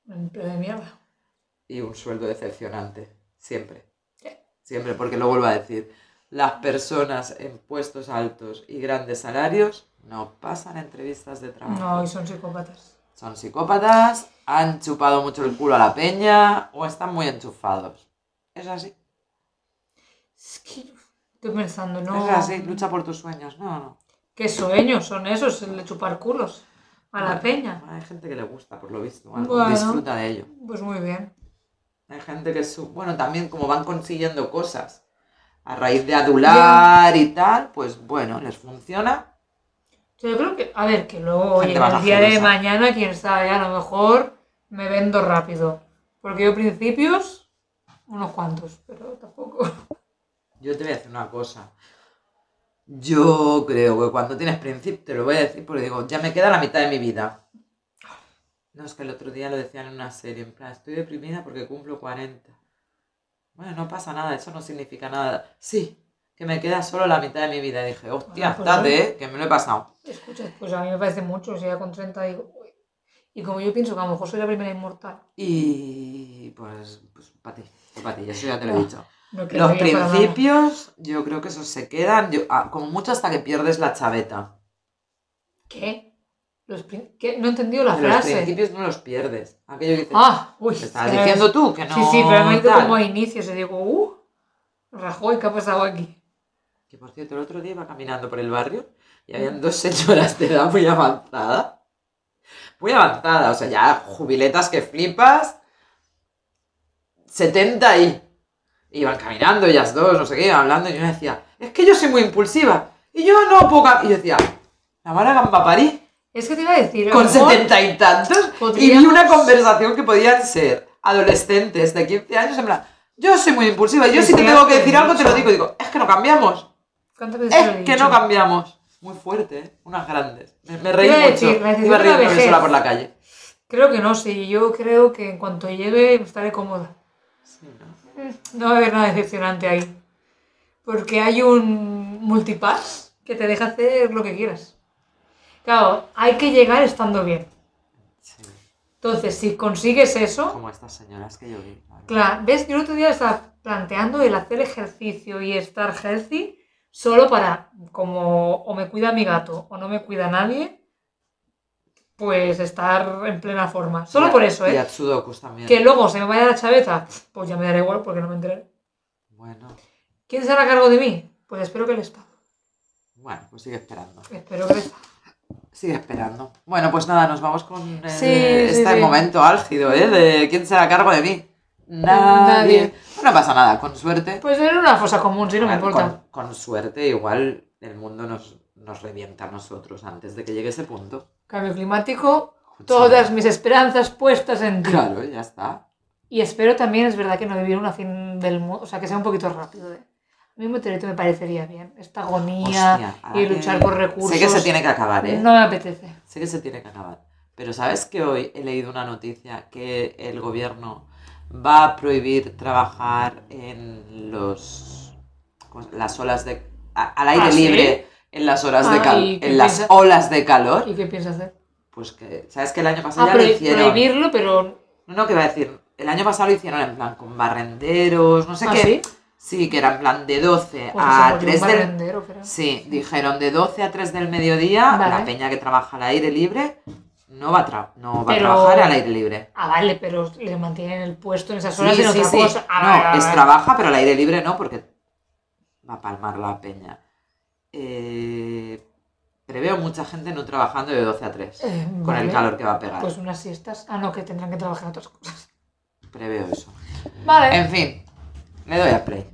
B: Un empleo de mierda.
A: y un sueldo decepcionante. Siempre.
B: Sí.
A: Siempre, porque lo vuelvo a decir. Las personas en puestos altos y grandes salarios no pasan entrevistas de trabajo
B: No, y son psicópatas.
A: son psicópatas, han chupado mucho el culo a la peña o están muy enchufados. Es así,
B: Es que yo estoy pensando, no.
A: es así, lucha por tus sueños. No, no.
B: ¿Qué sueños son esos? El de chupar culos a la
A: Bueno,
B: peña.
A: Ah, Hay gente que le gusta, por lo visto, algo,
B: Ah. Bueno.
A: disfruta de ello.
B: Pues muy bien.
A: Hay gente que, su... bueno, también como van consiguiendo cosas a raíz de adular y tal, pues bueno, les funciona.
B: O sea, Yo creo que, a ver, que luego, oye,
A: Gente ¿eh?
B: el día de
A: vanagloriosa.
B: mañana, quién sabe, a lo mejor me vendo rápido. Porque yo principios, unos cuantos, pero tampoco. (laughs)
A: Yo te voy a decir una cosa. Yo creo que cuando tienes principio, te lo voy a decir porque digo, ya me queda la mitad de mi vida. No, es que el otro día lo decían en una serie, en plan, estoy deprimida porque cumplo 40. Bueno, no pasa nada, eso no significa nada. Sí, que me queda solo la mitad de mi vida. Y dije, hostia,
B: Bueno, pues
A: tarde, eh, que me lo he pasado.
B: Escucha, pues a mí me parece mucho, o sea, ya con 30 digo, "Uy". Y como yo pienso que a lo mejor soy la primera inmortal.
A: Y pues, pues para ti, para ti, eso ya te lo he
B: Buah.
A: dicho.
B: No querría
A: Los
B: para nada.
A: principios, yo creo que esos se quedan, yo- ah, como mucho hasta que pierdes la chaveta.
B: ¿Qué? Los prin- ¿Qué? No he entendido la
A: De los
B: frase.
A: principios no los pierdes. Aquello que dices,
B: Ah, uy.
A: te estabas
B: espera,
A: diciendo tú que no.
B: Sí, sí, pero me he ido
A: tal.
B: como a inicios y digo, uh, Rajoy, ¿qué ha pasado aquí?
A: Que por cierto, el otro día iba caminando por el barrio y habían dos señoras de edad muy avanzada. Muy avanzada, o sea, ya jubiletas que flipas. 70 y. Iban caminando ellas dos, no sé qué, iban hablando, y yo decía, es que yo soy muy impulsiva. Y yo no puedo. cam-". Y yo decía, la mala gamba París.
B: Es que te iba a decir, a lo
A: con
B: mejor-
A: setenta y tantos y vi
B: podríamos-
A: una conversación que podían ser adolescentes de 15 años en plan yo soy muy impulsiva y yo
B: Es
A: si te
B: que
A: tengo
B: hace
A: que decir algo te lo
B: mucho.
A: digo digo es que no cambiamos
B: ¿Cuántas veces te lo he
A: es que
B: dicho?
A: no cambiamos muy fuerte ¿eh? unas grandes me, me reí
B: Iba a
A: mucho
B: decir, la
A: iba
B: decisión de la
A: riéndome
B: vejez.
A: sola por la calle
B: Creo que no, sí. Yo creo que en cuanto llegue estaré cómoda. Mm,
A: Sí, ¿no?
B: No va a haber nada decepcionante ahí. Porque hay un multipass que te deja hacer lo que quieras. Claro, hay que llegar estando bien.
A: Sí,
B: Entonces, si consigues eso,
A: como estas señoras que yo vi claro.
B: claro, ves, yo el otro día estaba planteando el hacer ejercicio y estar healthy. O solo para, como o me cuida mi gato o no me cuida nadie, pues estar en plena forma. Solo
A: Y a-
B: por eso,
A: Y
B: ¿eh?
A: a Sudokus también.
B: Que luego se me vaya la chaveta, pues ya me dará igual porque no me enteré.
A: Bueno,
B: ¿Quién será a cargo de mí? Pues espero que el Estado.
A: bueno, pues sigue esperando.
B: Espero que el Estado.
A: Sigue esperando. Bueno, pues nada, nos vamos con eh,
B: Sí, sí,
A: este
B: sí.
A: momento álgido, ¿eh? De quién será a cargo de mí. Nadie. Pues
B: Nadie.
A: No pasa nada, con suerte.
B: Pues era una fosa común, sí, no me
A: con-
B: importa.
A: Con, suerte, igual el mundo nos, nos revienta a nosotros antes de que llegue ese punto.
B: Cambio climático, todas mis esperanzas puestas en ti.
A: (laughs) Claro, ya está.
B: Y espero también, es verdad, que no vivir una fin del mundo, o sea, que sea un poquito rápido. ¿eh? A mí un meteorito me parecería bien. Esta agonía
A: Hostia,
B: y
A: ahora
B: luchar
A: que-
B: por recursos.
A: Sé que se tiene que acabar, ¿eh?
B: No me apetece.
A: Sé que se tiene que acabar. Pero ¿sabes que hoy he leído una noticia que el gobierno va a prohibir trabajar en los ¿cómo se- las olas de a- al aire
B: ¿Ah, sí?
A: libre en las horas de
B: Ah,
A: calor,
B: ¿y qué
A: en las
B: piensa?
A: olas de calor?
B: ¿Y qué piensas hacer?
A: Pues que sabes que el año pasado
B: Ah,
A: ya lo
B: prohi-
A: hicieron.
B: prohibirlo, pero.
A: No, no, que iba a decir, el año pasado lo hicieron en plan con barrenderos, no sé
B: ¿Ah,
A: qué.
B: sí?
A: Sí, que era en plan de 12
B: Pues se
A: a
B: volvió
A: 3
B: un
A: del
B: barrendero, pero-
A: Sí, dijeron de 12 a 3 del mediodía, la
B: Vale.
A: peña que trabaja al aire libre no va a, tra- no va a
B: Pero-
A: trabajar al aire libre.
B: Ah, vale, pero le mantienen el puesto en esas
A: Sí,
B: horas en
A: sí,
B: otra
A: sí.
B: cosa. Ah, vale,
A: No,
B: vale,
A: es
B: vale.
A: trabaja, pero al aire libre no, porque va a palmar la peña. Eh, preveo mucha gente no trabajando de 12 a 3,
B: Eh,
A: con el
B: vale.
A: calor que va a pegar.
B: Pues unas siestas. Ah, no, que tendrán que trabajar en otras cosas.
A: Preveo eso.
B: Vale,
A: En fin, le doy a play,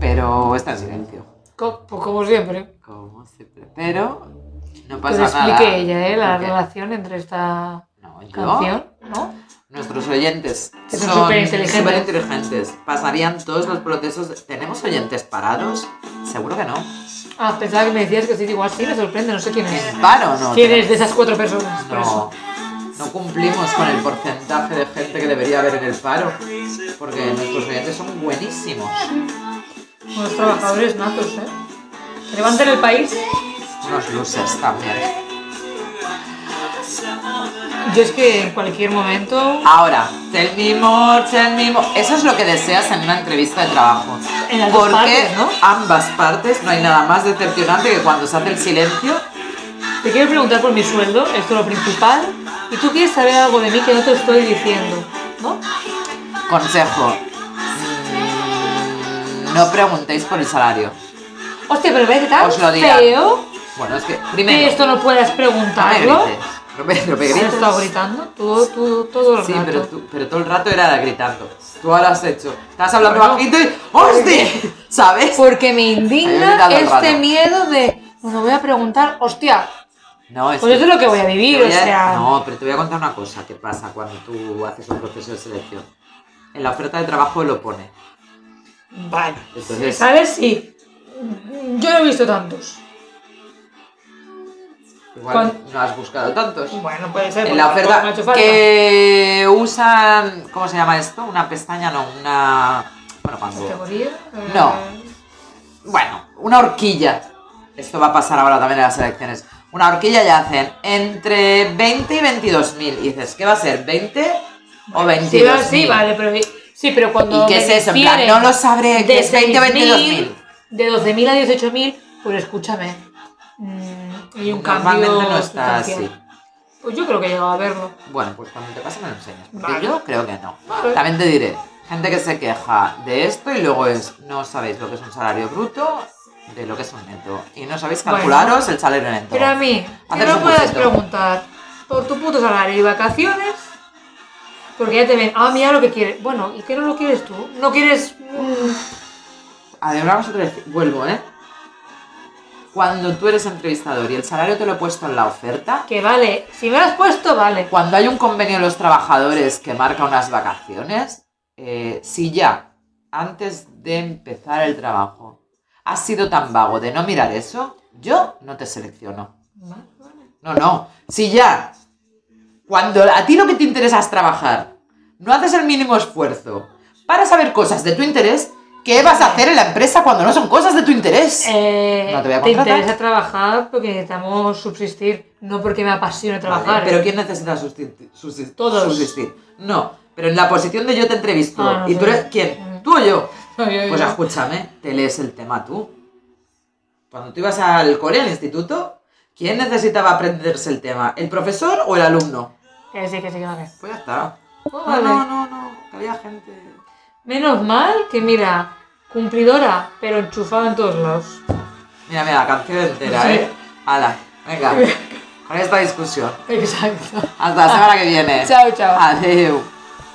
A: pero está en silencio.
B: co- pues como siempre.
A: Como siempre. Pero no
B: Que
A: pasa
B: lo
A: nada.
B: explique ella, ¿eh? La
A: Porque-
B: relación entre esta
A: No, yo-
B: canción, ¿no?
A: Nuestros oyentes
B: Que
A: son
B: son superinteligentes.
A: superinteligentes. Pasarían todos los procesos. ¿Tenemos oyentes parados? Seguro que no.
B: Ah, pensaba que me decías que sí, igual sí, me sorprende, no sé quién es.
A: ¿Es paro o no?
B: ¿Quién es de esas cuatro personas? por
A: No.
B: eso.
A: No cumplimos con el porcentaje de gente que debería haber en el paro. Porque nuestros oyentes son buenísimos.
B: Unos trabajadores natos, ¿eh? Que levanten el país.
A: Unos losers también.
B: Yo es que en cualquier momento,
A: Ahora, tell me more, tell me more. Eso es lo que deseas en una entrevista de trabajo.
B: en las dos
A: Porque
B: partes, ¿no?
A: ambas partes no hay nada más decepcionante que cuando se hace el silencio
B: Te quiero preguntar por mi sueldo, esto es lo principal, y tú quieres saber algo de mí que no te estoy diciendo, ¿no?
A: Consejo. Mm, No preguntéis por el salario.
B: Hostia, pero me parece tan
A: Os lo dirán.
B: feo
A: Bueno, es que
B: que
A: primero.
B: esto no puedas
A: no me
B: preguntarlo.
A: grites. No me, no me
B: ¿Se
A: grites.
B: estado gritando? Tú, tú, todo el
A: Sí,
B: rato.
A: pero, tú- pero todo el rato era gritando. Tú ahora has hecho. Estás hablando
B: Bueno. Pues,
A: bajito y. ¡Hostia! ¿Sabes?
B: Porque me
A: Ahí he
B: indigna
A: gritado al
B: este
A: rato.
B: miedo de, bueno, voy a preguntar, hostia,
A: No, es
B: pues
A: que-
B: eso es lo que voy a
A: te
B: vivir,
A: voy
B: o
A: a-
B: sea...
A: No, pero te voy a contar una cosa que pasa cuando tú haces un proceso de selección. En la oferta de trabajo lo pone.
B: Vale.
A: Entonces-
B: ¿Sabes? Sí. Yo no he visto tantos.
A: Igual
B: Cuan-
A: no has buscado tantos.
B: Bueno, puede ser.
A: En la
B: porque tampoco me ha
A: oferta
B: hecho falta.
A: que usan, ¿cómo se llama esto? Una pestaña, no, una... Bueno, cuando...
B: ¿Categoría? Eh,
A: No. Bueno, una horquilla. Esto va a pasar ahora también en las elecciones. Una horquilla ya hacen entre 20 y 22 mil. Y dices, ¿qué va a ser? ¿20 o 22
B: Sí, va- sí, vale, pero, sí, pero cuando.
A: ¿Y qué
B: me
A: es eso? En plan,
B: difieren
A: no lo sabré, que
B: de
A: es 20 o 22.000.
B: 6.000, De 12.000 a 18.000, pues escúchame. mm, hay un
A: Normalmente
B: cambio.
A: no está
B: sustancial.
A: así.
B: Pues yo creo que he llegado a verlo.
A: Bueno, pues cuando te pase me lo enseñas. Porque
B: Vale.
A: yo creo que no.
B: Vale.
A: También te diré, gente que se queja de esto y luego es, no sabéis lo que es un salario bruto de lo que es un neto. Y no sabéis
B: Bueno.
A: calcularos el salario neto.
B: Pero a mí, que
A: Hacer
B: no
A: un
B: puedas
A: poquito.
B: preguntar por tu puto salario y vacaciones, porque ya te ven, ah, mira lo que quieres. Bueno, ¿y qué no lo quieres tú? ¿No quieres mm,
A: A ver, una cosa te voy a decir, vuelvo, ¿eh? Cuando tú eres entrevistador y el salario te lo he puesto en la oferta,
B: que vale? Si me lo has puesto, vale.
A: cuando hay un convenio de los trabajadores que marca unas vacaciones, eh, si ya antes de empezar el trabajo has sido tan vago de no mirar eso, yo no te selecciono.
B: Vale, vale.
A: No, no. Si ya, cuando a ti lo que te interesa es trabajar, no haces el mínimo esfuerzo para saber cosas de tu interés, ¿qué vas a hacer en la empresa cuando no son cosas de tu interés?
B: Eh,
A: No te voy a contratar.
B: interesa trabajar porque necesitamos subsistir, no porque me apasione trabajar. ¿eh?
A: Vale, pero ¿quién necesita susti- susi-
B: Todos.
A: subsistir? No, pero en la posición de yo te entrevisto.
B: Ah, no
A: ¿Y tú
B: sé.
A: eres quién?
B: Mm.
A: ¿Tú o yo?
B: Ay, ay,
A: Pues
B: ay.
A: escúchame, te lees el tema tú. cuando tú ibas al cole, al instituto, ¿quién necesitaba aprenderse el tema? ¿El profesor o el alumno?
B: Que sí, que sí, que vale.
A: Pues ya está.
B: Pues
A: No,
B: vale.
A: no, no, no. que Había gente.
B: Menos mal que, mira, cumplidora, pero enchufada en todos lados. (laughs)
A: Mira, mira, la canción entera,
B: Sí.
A: ¿eh? Hala,
B: (laughs)
A: venga. Con esta discusión.
B: Exacto.
A: Hasta la semana que viene.
B: Chao, chao.
A: Adiós.